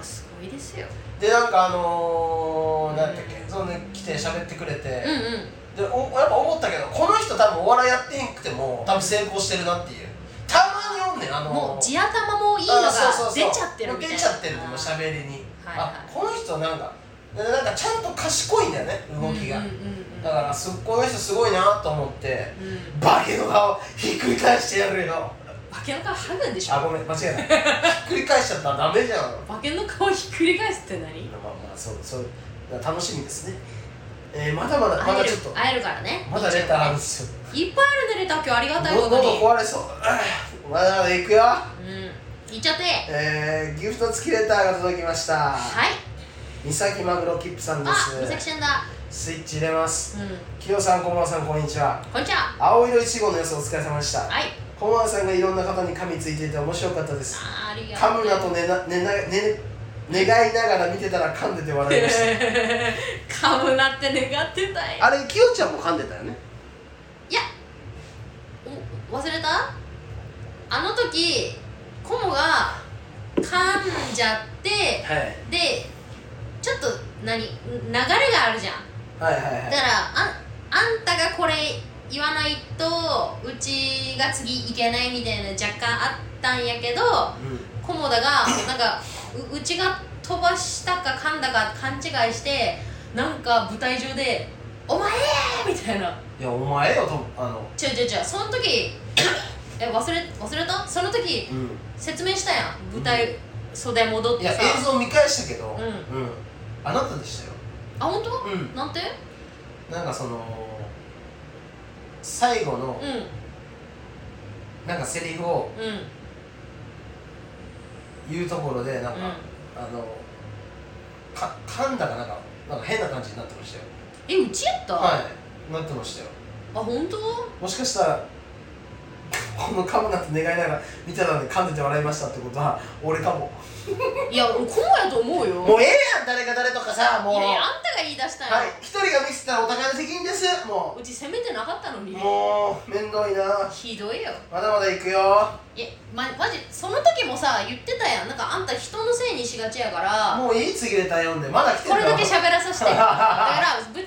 A: すごいですよ
B: うん、でなんかあのー、なんだっけそのね来て喋ってくれて、
A: うんうん
B: でおやっぱ思ったけどこの人多分お笑いやってんくても多分成功してるなっていうたまにおんねんあのー
A: もう地頭もいいのが
B: あそうそうそう
A: 出ちゃってるみたいな
B: もう出ちゃってるもう
A: あ
B: 喋りに、
A: はい
B: あこの人なんかなんかちゃんと賢いんだよね
A: ー
B: 動きが、
A: うんうん
B: だからすこの人すごいなと思って
A: うんうん
B: 化けの顔ひっくり返してやるよ
A: バケの皮剥ぐんでし
B: あ
A: ょ
B: ごめん間違えた
A: [laughs]
B: ひっくり返しちゃったらダメじゃんまあ
A: バケの皮ひっくり返すって何
B: まあそうそう楽しみですねえー、まだまだま
A: 会
B: だ
A: え
B: ち
A: る
B: ょっと
A: 会えるからね
B: まだレターあるんですよ
A: いっぱいあるねレター今日ありがたいこ
B: 喉
A: とに
B: 壊れそうまだまだいくよ
A: うんいっちゃっては
B: えー、ギフト付きレターが届きました
A: い
B: 三崎マグロキップさんで
A: あみさき
B: す
A: ちゃんだ
B: スイッチ入れます
A: うん
B: きよさんこんばんはさんこんにちは
A: こんにちは
B: 青色いちごの様子お疲れ様でした
A: はい
B: こんばんはさんがいろんな方に噛みついていて面白かったです
A: あーありがとう
B: 噛むなと寝な寝な寝願いながら見てたら噛んでて笑いまし
A: カムなって願ってた [laughs]
B: た
A: よ
B: あれきよちゃんも噛んでたよね
A: いやお忘れたあの時コモが噛んじゃって
B: はい
A: でちょっと何流れがあるじゃん
B: はいはい
A: だ
B: は
A: か
B: い
A: らああんたがこれ言わないとうちが次いけないみたいな若干あったんやけど
B: うん
A: コモダがなんかううちが飛ばしたか噛んだか勘違いしてなんか舞台上で「お前!」みたいない
B: やお前よとあの
A: 違う違う違うその時え忘れ忘れたその時
B: うん
A: 説明したやん舞台袖戻っ
B: い
A: て
B: や
A: さ
B: 映像見返したけど、
A: うん
B: あなたでしたよ
A: あ本当、
B: うん
A: なんて
B: なんかその最後の
A: うんうん
B: なんかセリフを
A: うん
B: 言うところでなんか、あのか噛んだかなんかなんか変な感じになってましたよ
A: えうちやった、
B: はいなってましたよ
A: あ本当
B: もしかしたらこの噛むなって願いながら見てたので噛んでて笑いましたってことは俺かも
A: いやコモやと思うよ
B: もうええやん誰が誰とかさもう
A: いやいやあんたが言い出したんやん、
B: はい一人がミスったらお互いの責任ですも
A: うち責めてなかったの
B: う
A: に
B: もう面倒いな
A: ひどいよ
B: まだまだ行くよ
A: いやまマジその時もさ言ってたやんなんかあんた人のせいにしがちやから
B: もういい次レター読んでまだ来て
A: これだけ
B: ゃ
A: 喋らさせて
B: [laughs]
A: だから舞台袖戻っ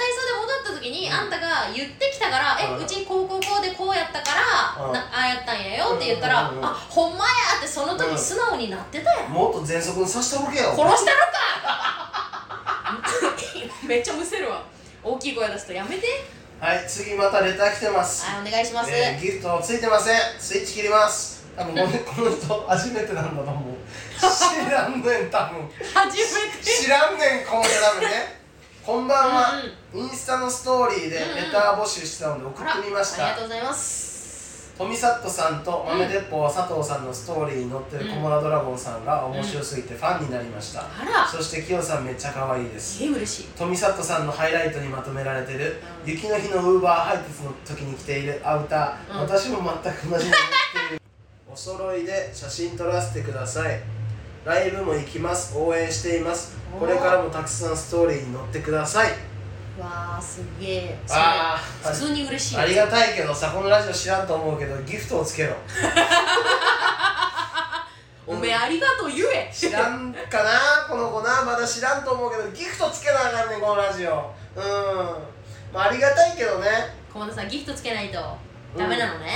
A: た時にあんたが言ってきたから「
B: うん
A: えうちこうこうこうでこうやったから、
B: うん
A: なああやったんやよ」って言ったら「
B: うんうんうんうん
A: あほんまや」ってその時素直になってたやん、
B: もっと全速にさしておけよ
A: 殺したのか [laughs] めっちゃむせるわ大きい声出すとやめて
B: はい次またレター来てます
A: はいお願いします、
B: えーギフトついてませんスイッチ切ります多分この [laughs] この人初めてなんだと思う知らんねん多分
A: 初めて
B: 知らんねんこの人多分ねこんばんは、インスタのストーリーでレター募集してたので送ってみまし
A: あらありが
B: た
A: とうございます
B: 富里さんと豆鉄砲佐藤さんのストーリーに載ってるコモラドラゴンさんが面白すぎてファンになりました、
A: あら
B: そしてキヨさんめっちゃ可愛いです
A: すげえ嬉しい
B: 富里さんのハイライトにまとめられてる、
A: うん
B: 雪の日のウーバー配達の時に着ているアウター、
A: うん
B: 私も全く同じに
A: [laughs]
B: なっているお揃いで写真撮らせてくださいライブも行きます応援しています
A: おー
B: これからもたくさんストーリーに載ってください
A: わあすげえそれ
B: あー
A: 普通に嬉しい
B: ありがたいけどさこのラジオ知らんと思うけどギフトをつけろ
A: おめえありがとう言え
B: 知らんかなこの子なまだ知らんと思うけどギフトつけなあかんねんこのラジオうんまあありがたいけどね
A: 駒田さんギフトつけないとダメなのね、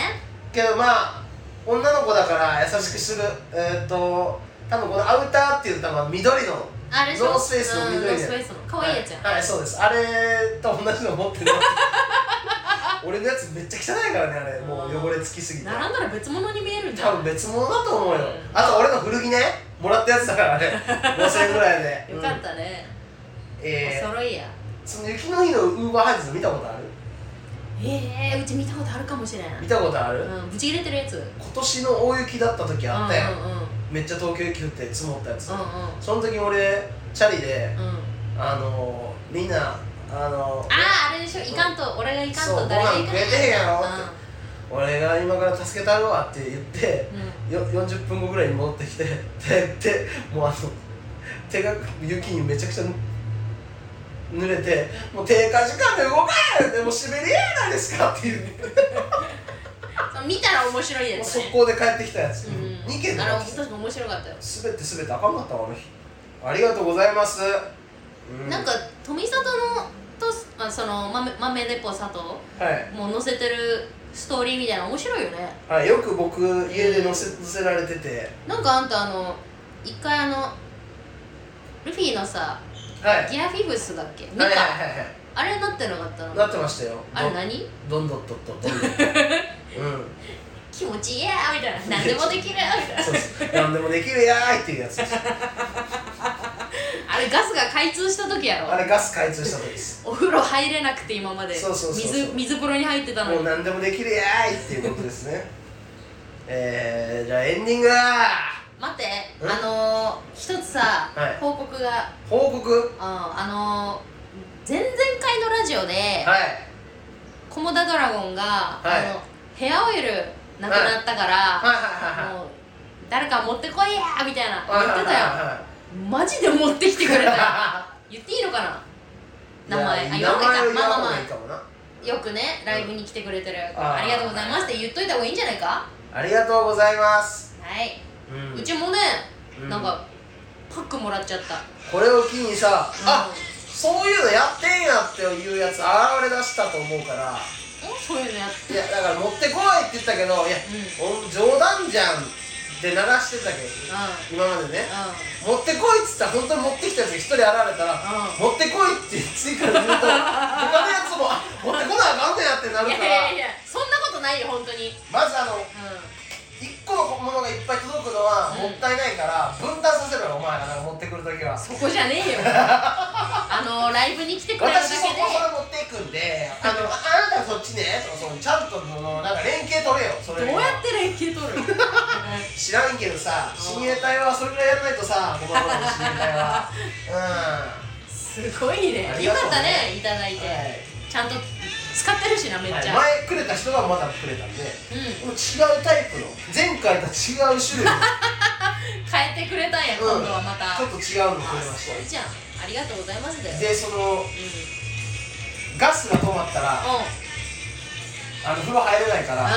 B: けどまあ女の子だから優しくするえーっと多分このアウターっていう多分緑の
A: あれでしょ
B: ノースフェイスの緑
A: うん
B: で
A: ノースフェイスの可愛いやつやん、
B: はい、はいそうですあれと同じの持っ
A: [laughs]
B: てる俺のやつめっちゃ汚いからねあれもう汚れつきすぎて
A: 並んだら別物に見えるんじゃ
B: 多
A: ん
B: 分別物だと思うよ、
A: うん
B: あと俺の古着ねもらったやつだか
A: [laughs]
B: らね5000円ぐらいで
A: よかっ
B: うん
A: たね、
B: え
A: お
B: ー、
A: 揃いや
B: その雪の日のウーバー配達見たことある
A: ええうち見たことあるかもしれん
B: 見たことある、
A: うんブチ切れてるやつ
B: 今年の大雪だった時あったやん、
A: うんうんうんうん
B: めっちゃ東京雪降って積もったやつ、
A: う
B: その時俺チャリで
A: んうん
B: あのー、みんなあのー、
A: あああれでしょいかんと、俺がいかん
B: そう
A: と誰がいかんと
B: ご飯食えてへんやろって俺が今から助けたるわって言って
A: うんうん
B: よ40分後ぐらいに戻ってきてででもうあの手が雪にめちゃくちゃ濡れてもう定価時間で動かへんでもうシベリアやないですかっていう
A: そう見たら面白い
B: もう
A: やつ、ね、
B: 速攻で帰ってきたやつ、
A: うんうん
B: 2件で
A: あれ確か面白かったよ、
B: 全て全てあかんかったわあの日ありがとうございます、う
A: なんか富里のとあその豆豆鉄砲佐藤
B: はい
A: もう載せてるストーリーみたいなの面白いよね
B: はい、よく僕家で乗せ乗せられてて、
A: なんかあんたあの一回あのルフィのさ
B: はい、はい
A: ギアフィフスだっけメカ、
B: はいはいは
A: あれなってなかったの
B: いなってましたよ
A: あれ何 [laughs]
B: どんどんどんどんどんどんうん
D: 気持ちいいやみたい
B: [laughs]
D: な何でもできるよみたいな
B: そうです何でもできるやーいっていうや
A: [laughs]
B: つです
A: あれガスが開通した時や
B: あ
A: ろ
B: れガス開通した時です
A: お風呂入れなくて今まで
B: そうそうそうそう
A: 水水風呂に入ってたの
B: もう
A: に
B: 何でもできるやーいっていうことですねえー、じゃあエンディングだ
A: 待って
B: え
A: あのー、一つさ、
B: はい
A: 報告が
B: ー報告
A: あーあのー、前々回のラジオで
B: はい
A: コモダドラゴンが、
B: い
A: あのヘアオイルなくなったから、
B: はいはいはいはい
A: もう誰か持ってこいやみたいな
B: はい
A: 言ってたよマジで持ってきてくれたよ言っていいのかな名前
B: はいはい
A: あ
B: 名前
A: 言
B: を
A: わないか
B: 言わ
A: まあまあまあ
B: ないかもな
A: よくねライブに来てくれてる、
B: あー
A: ありがとうございますって言っといた方がいいんじゃないかは
B: ありがとうございます、
A: い、
B: うん
A: うちもね、
B: うん
A: なんかパックもらっちゃった
B: これを機にさ、あ
A: うん
B: そういうのやってんやっていうやつ現れ出したと思うから
A: えそういうのやっ
B: いやだから持ってこいって言ったけどいや、お冗談じゃんって鳴らしてたけど、
A: う
B: 今までね、
A: う
B: 持ってこいっつったら本当に持ってきたやつが一人現れたら、
A: うん
B: 持ってこいって追加すると他のやつもあ持ってこなあかんねやってなる
A: んい
B: か
A: やい
B: ら
A: やいやそんなことないよ本当にうん
B: まずあの一個のものがいっぱい届くのはもったいないから、分担させろよお前らが持ってくるときは
A: そこじゃね
B: [laughs]
A: えよあのライブに来てくれるだ
B: 私そ
A: け
B: こ
A: で
B: から持っていくんであのああなたそっちねとかそうちゃんとそのなんか連携取れよそれ
A: どうやって連携取るのうん
B: 知らんけどさ親衛隊はそれぐらいやらないとさこの頃の親衛隊は
A: すごいね
B: あり
A: よ
B: がと
A: か
B: う
A: ったね
B: ね
A: いただいて、
B: はい
A: ちゃんと使ってるしなめ
B: うん、
A: っ
B: はい
A: ちゃ、
B: 前くれた人がまたくれたんで
A: うん
B: もう違うタイプの前回とは違う種類の、
A: 変えてくれたんや、
B: うん
A: 今度はまた
B: ちょっと違うのくれまし
A: そうじゃんありがとうございますだよ
B: たでそ
A: うんう
B: のガスが止まったら
A: ん
B: あの風呂入れないか
A: う
B: ら、
A: ん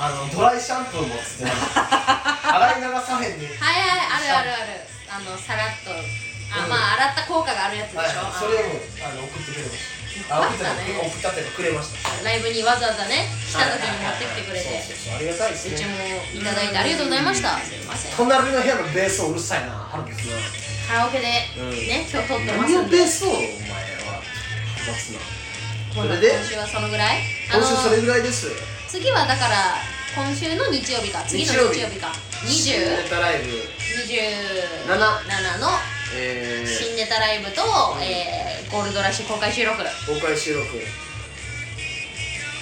B: あのドライシャンプーも
A: [laughs]
B: つってなんか洗い流さへんで、ね
A: はいはいあるあるあるあのさらっとあ、
B: うん
A: まあ洗った効果があるやつでしょ、
B: はい、
A: あの
B: それをあの送ってくれましたあ
A: よかっ
B: 送って
A: たね
B: 送ったっていうかくれました
A: ライブにわざわざね来た時に持
B: は
A: っ
B: い
A: てきてくれて、
B: そうそうそうありがたいで
A: うち
B: す
A: も
B: ね
A: いただいてありがとうございましたすいません
B: 隣の部屋のベースをうるさいな春樹君
A: カラオケでね、
B: うん
A: 今日撮ってま
B: 何
A: す
B: の
A: ん
B: ベ
A: で
B: ースをお前は出すなそれで
A: 今週はそのぐらいあ
B: 今
A: の
B: 週それぐらいです
A: 次はだから今週の日曜日か次の日曜日か
B: 新ネタライブ
A: 2027
B: 7
A: の
B: えー
A: 新ネタライブと、えーゴールドラッシュ公開収録
B: 公開収録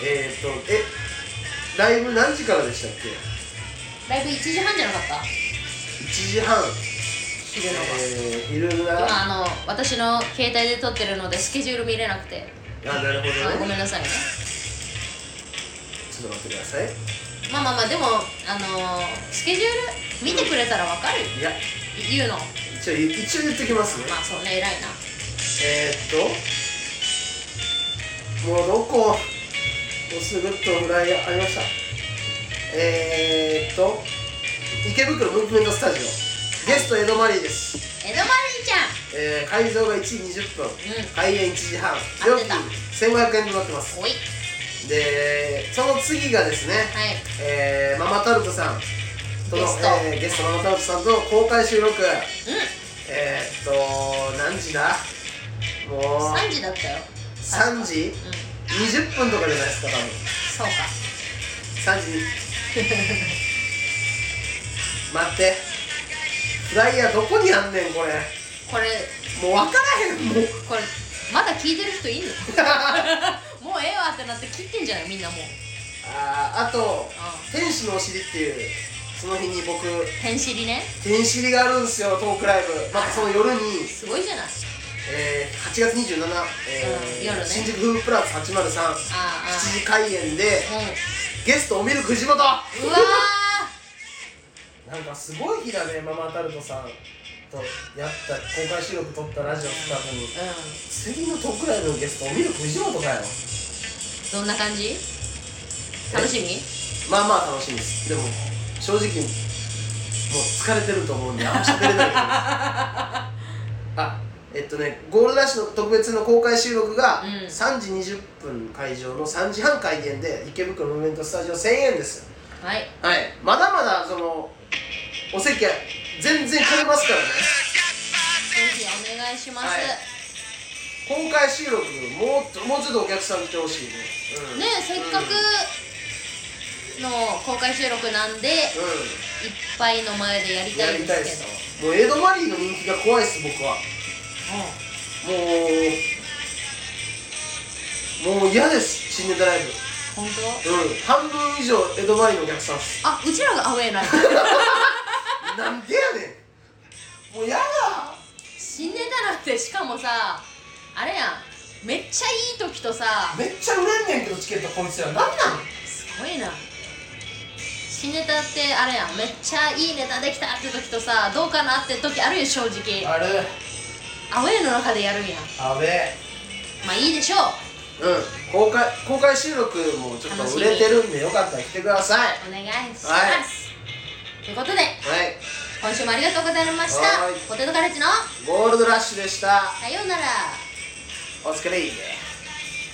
B: えー、っとえライブ何時からでしたっけ
A: ライブ1時半じゃなかった
B: 1時半
A: 昼のが、
B: えー、昼な
A: 今あの私の携帯で撮ってるのでスケジュール見れなくて、
B: あなるほど
A: ごめ
B: ね
A: んなさいね
B: ちょっと待ってください
A: まあまあまあでもあのースケジュール見てくれたらわかる
B: いや
A: 言うのま
B: 一応一応言ってきますね
A: あそうね偉いな
B: えー、っともうどこもうすぐっとフライヤーありましたえー、っと池袋ムーブメントスタジオゲスト江戸マリーです、
A: 江戸マリーちゃ
B: えー、会場が1時20分
A: んうん
B: 開演1時半
A: 合
B: 料
A: ってた
B: 金1500円となってます
A: おい
B: でその次がですね、
A: はい
B: えー、ママタルトさんとの
A: ゲスト
B: えーゲストママタルトさんとの公開収録
A: う
B: えー、っと何時だもうん
A: 3時だったよ
B: 3
A: う
B: 時
A: ん
B: 20分とかじゃないですか多分
A: そうか
B: 3時に待ってフライヤーどこにあんねんこれ
A: これ
B: もう分からへんもう
A: これまだ聞いてる人いんの
B: [laughs]
A: もうええわってなって切ってんじゃないみんなもう
B: あーあと
A: う
B: 「天使のお尻」っていうその日に僕
A: 天尻ね
B: 天尻があるんですよトークライブまたその夜に、
A: すごいじゃない
B: えー、8月27、えー
A: うん夜ね
B: 新宿フープラス803 7
A: ああ
B: 時開演で
A: ああうん
B: ゲストお見る藤本な
A: うわ
B: んかすごい日だねママタルトさんとやった公開収録撮ったラジオスタッフに
A: ーうん
B: 次のトークライブのゲストお見る藤本かよ
A: どんな感じ楽しみ
B: まあまあ楽しみですでも正直もう疲れてると思うんであんま喋れ [laughs] ないと思いますあえっとねゴールドラッシュの特別の公開収録が
A: うん
B: 3時20分会場の3時半開演で池袋ムーブメントスタジオ1000円です
A: はい
B: はいまだまだそのお席は全然取れますからね
A: ぜひお願いします、
B: はい公開収録もうもうちょっとお客さん来てほしいね、うん
A: ねえせっかく、
B: うん
A: の公開収録なんでいっぱいの前でやりた
B: や
A: い
B: り
A: ん
B: たい
A: で
B: です
A: けど
B: すもうエド・マリーの人気が怖いです僕はもうもう嫌です新ネタライブ
A: 本当
B: うん半分以上エド・マリーのお客さんっす [laughs]
A: あうちらがアウェーなんだ
B: なんでやねんもうやだ
A: 新ネタなんてしかもさあれやんめっちゃいい時とさ
B: めっちゃ売れんねんけどチケットこいつらなんなん
A: すごいな新ネタってあれやんめっちゃいいネタできたって時とさどうかなって時あるよ正直
B: あれ
A: アウェーの中でやるんやん
B: あべ
A: まあいいでしょ
B: うん公開公開収録もちょっと売れてるんでよかったら来てくださいは
A: うお願いします、
B: はい
A: ということで
B: い
A: 今週もありがとうございました
B: はい
A: ポテトカレッジの
B: ゴールドラッシュでした
A: さようなら
B: お疲れ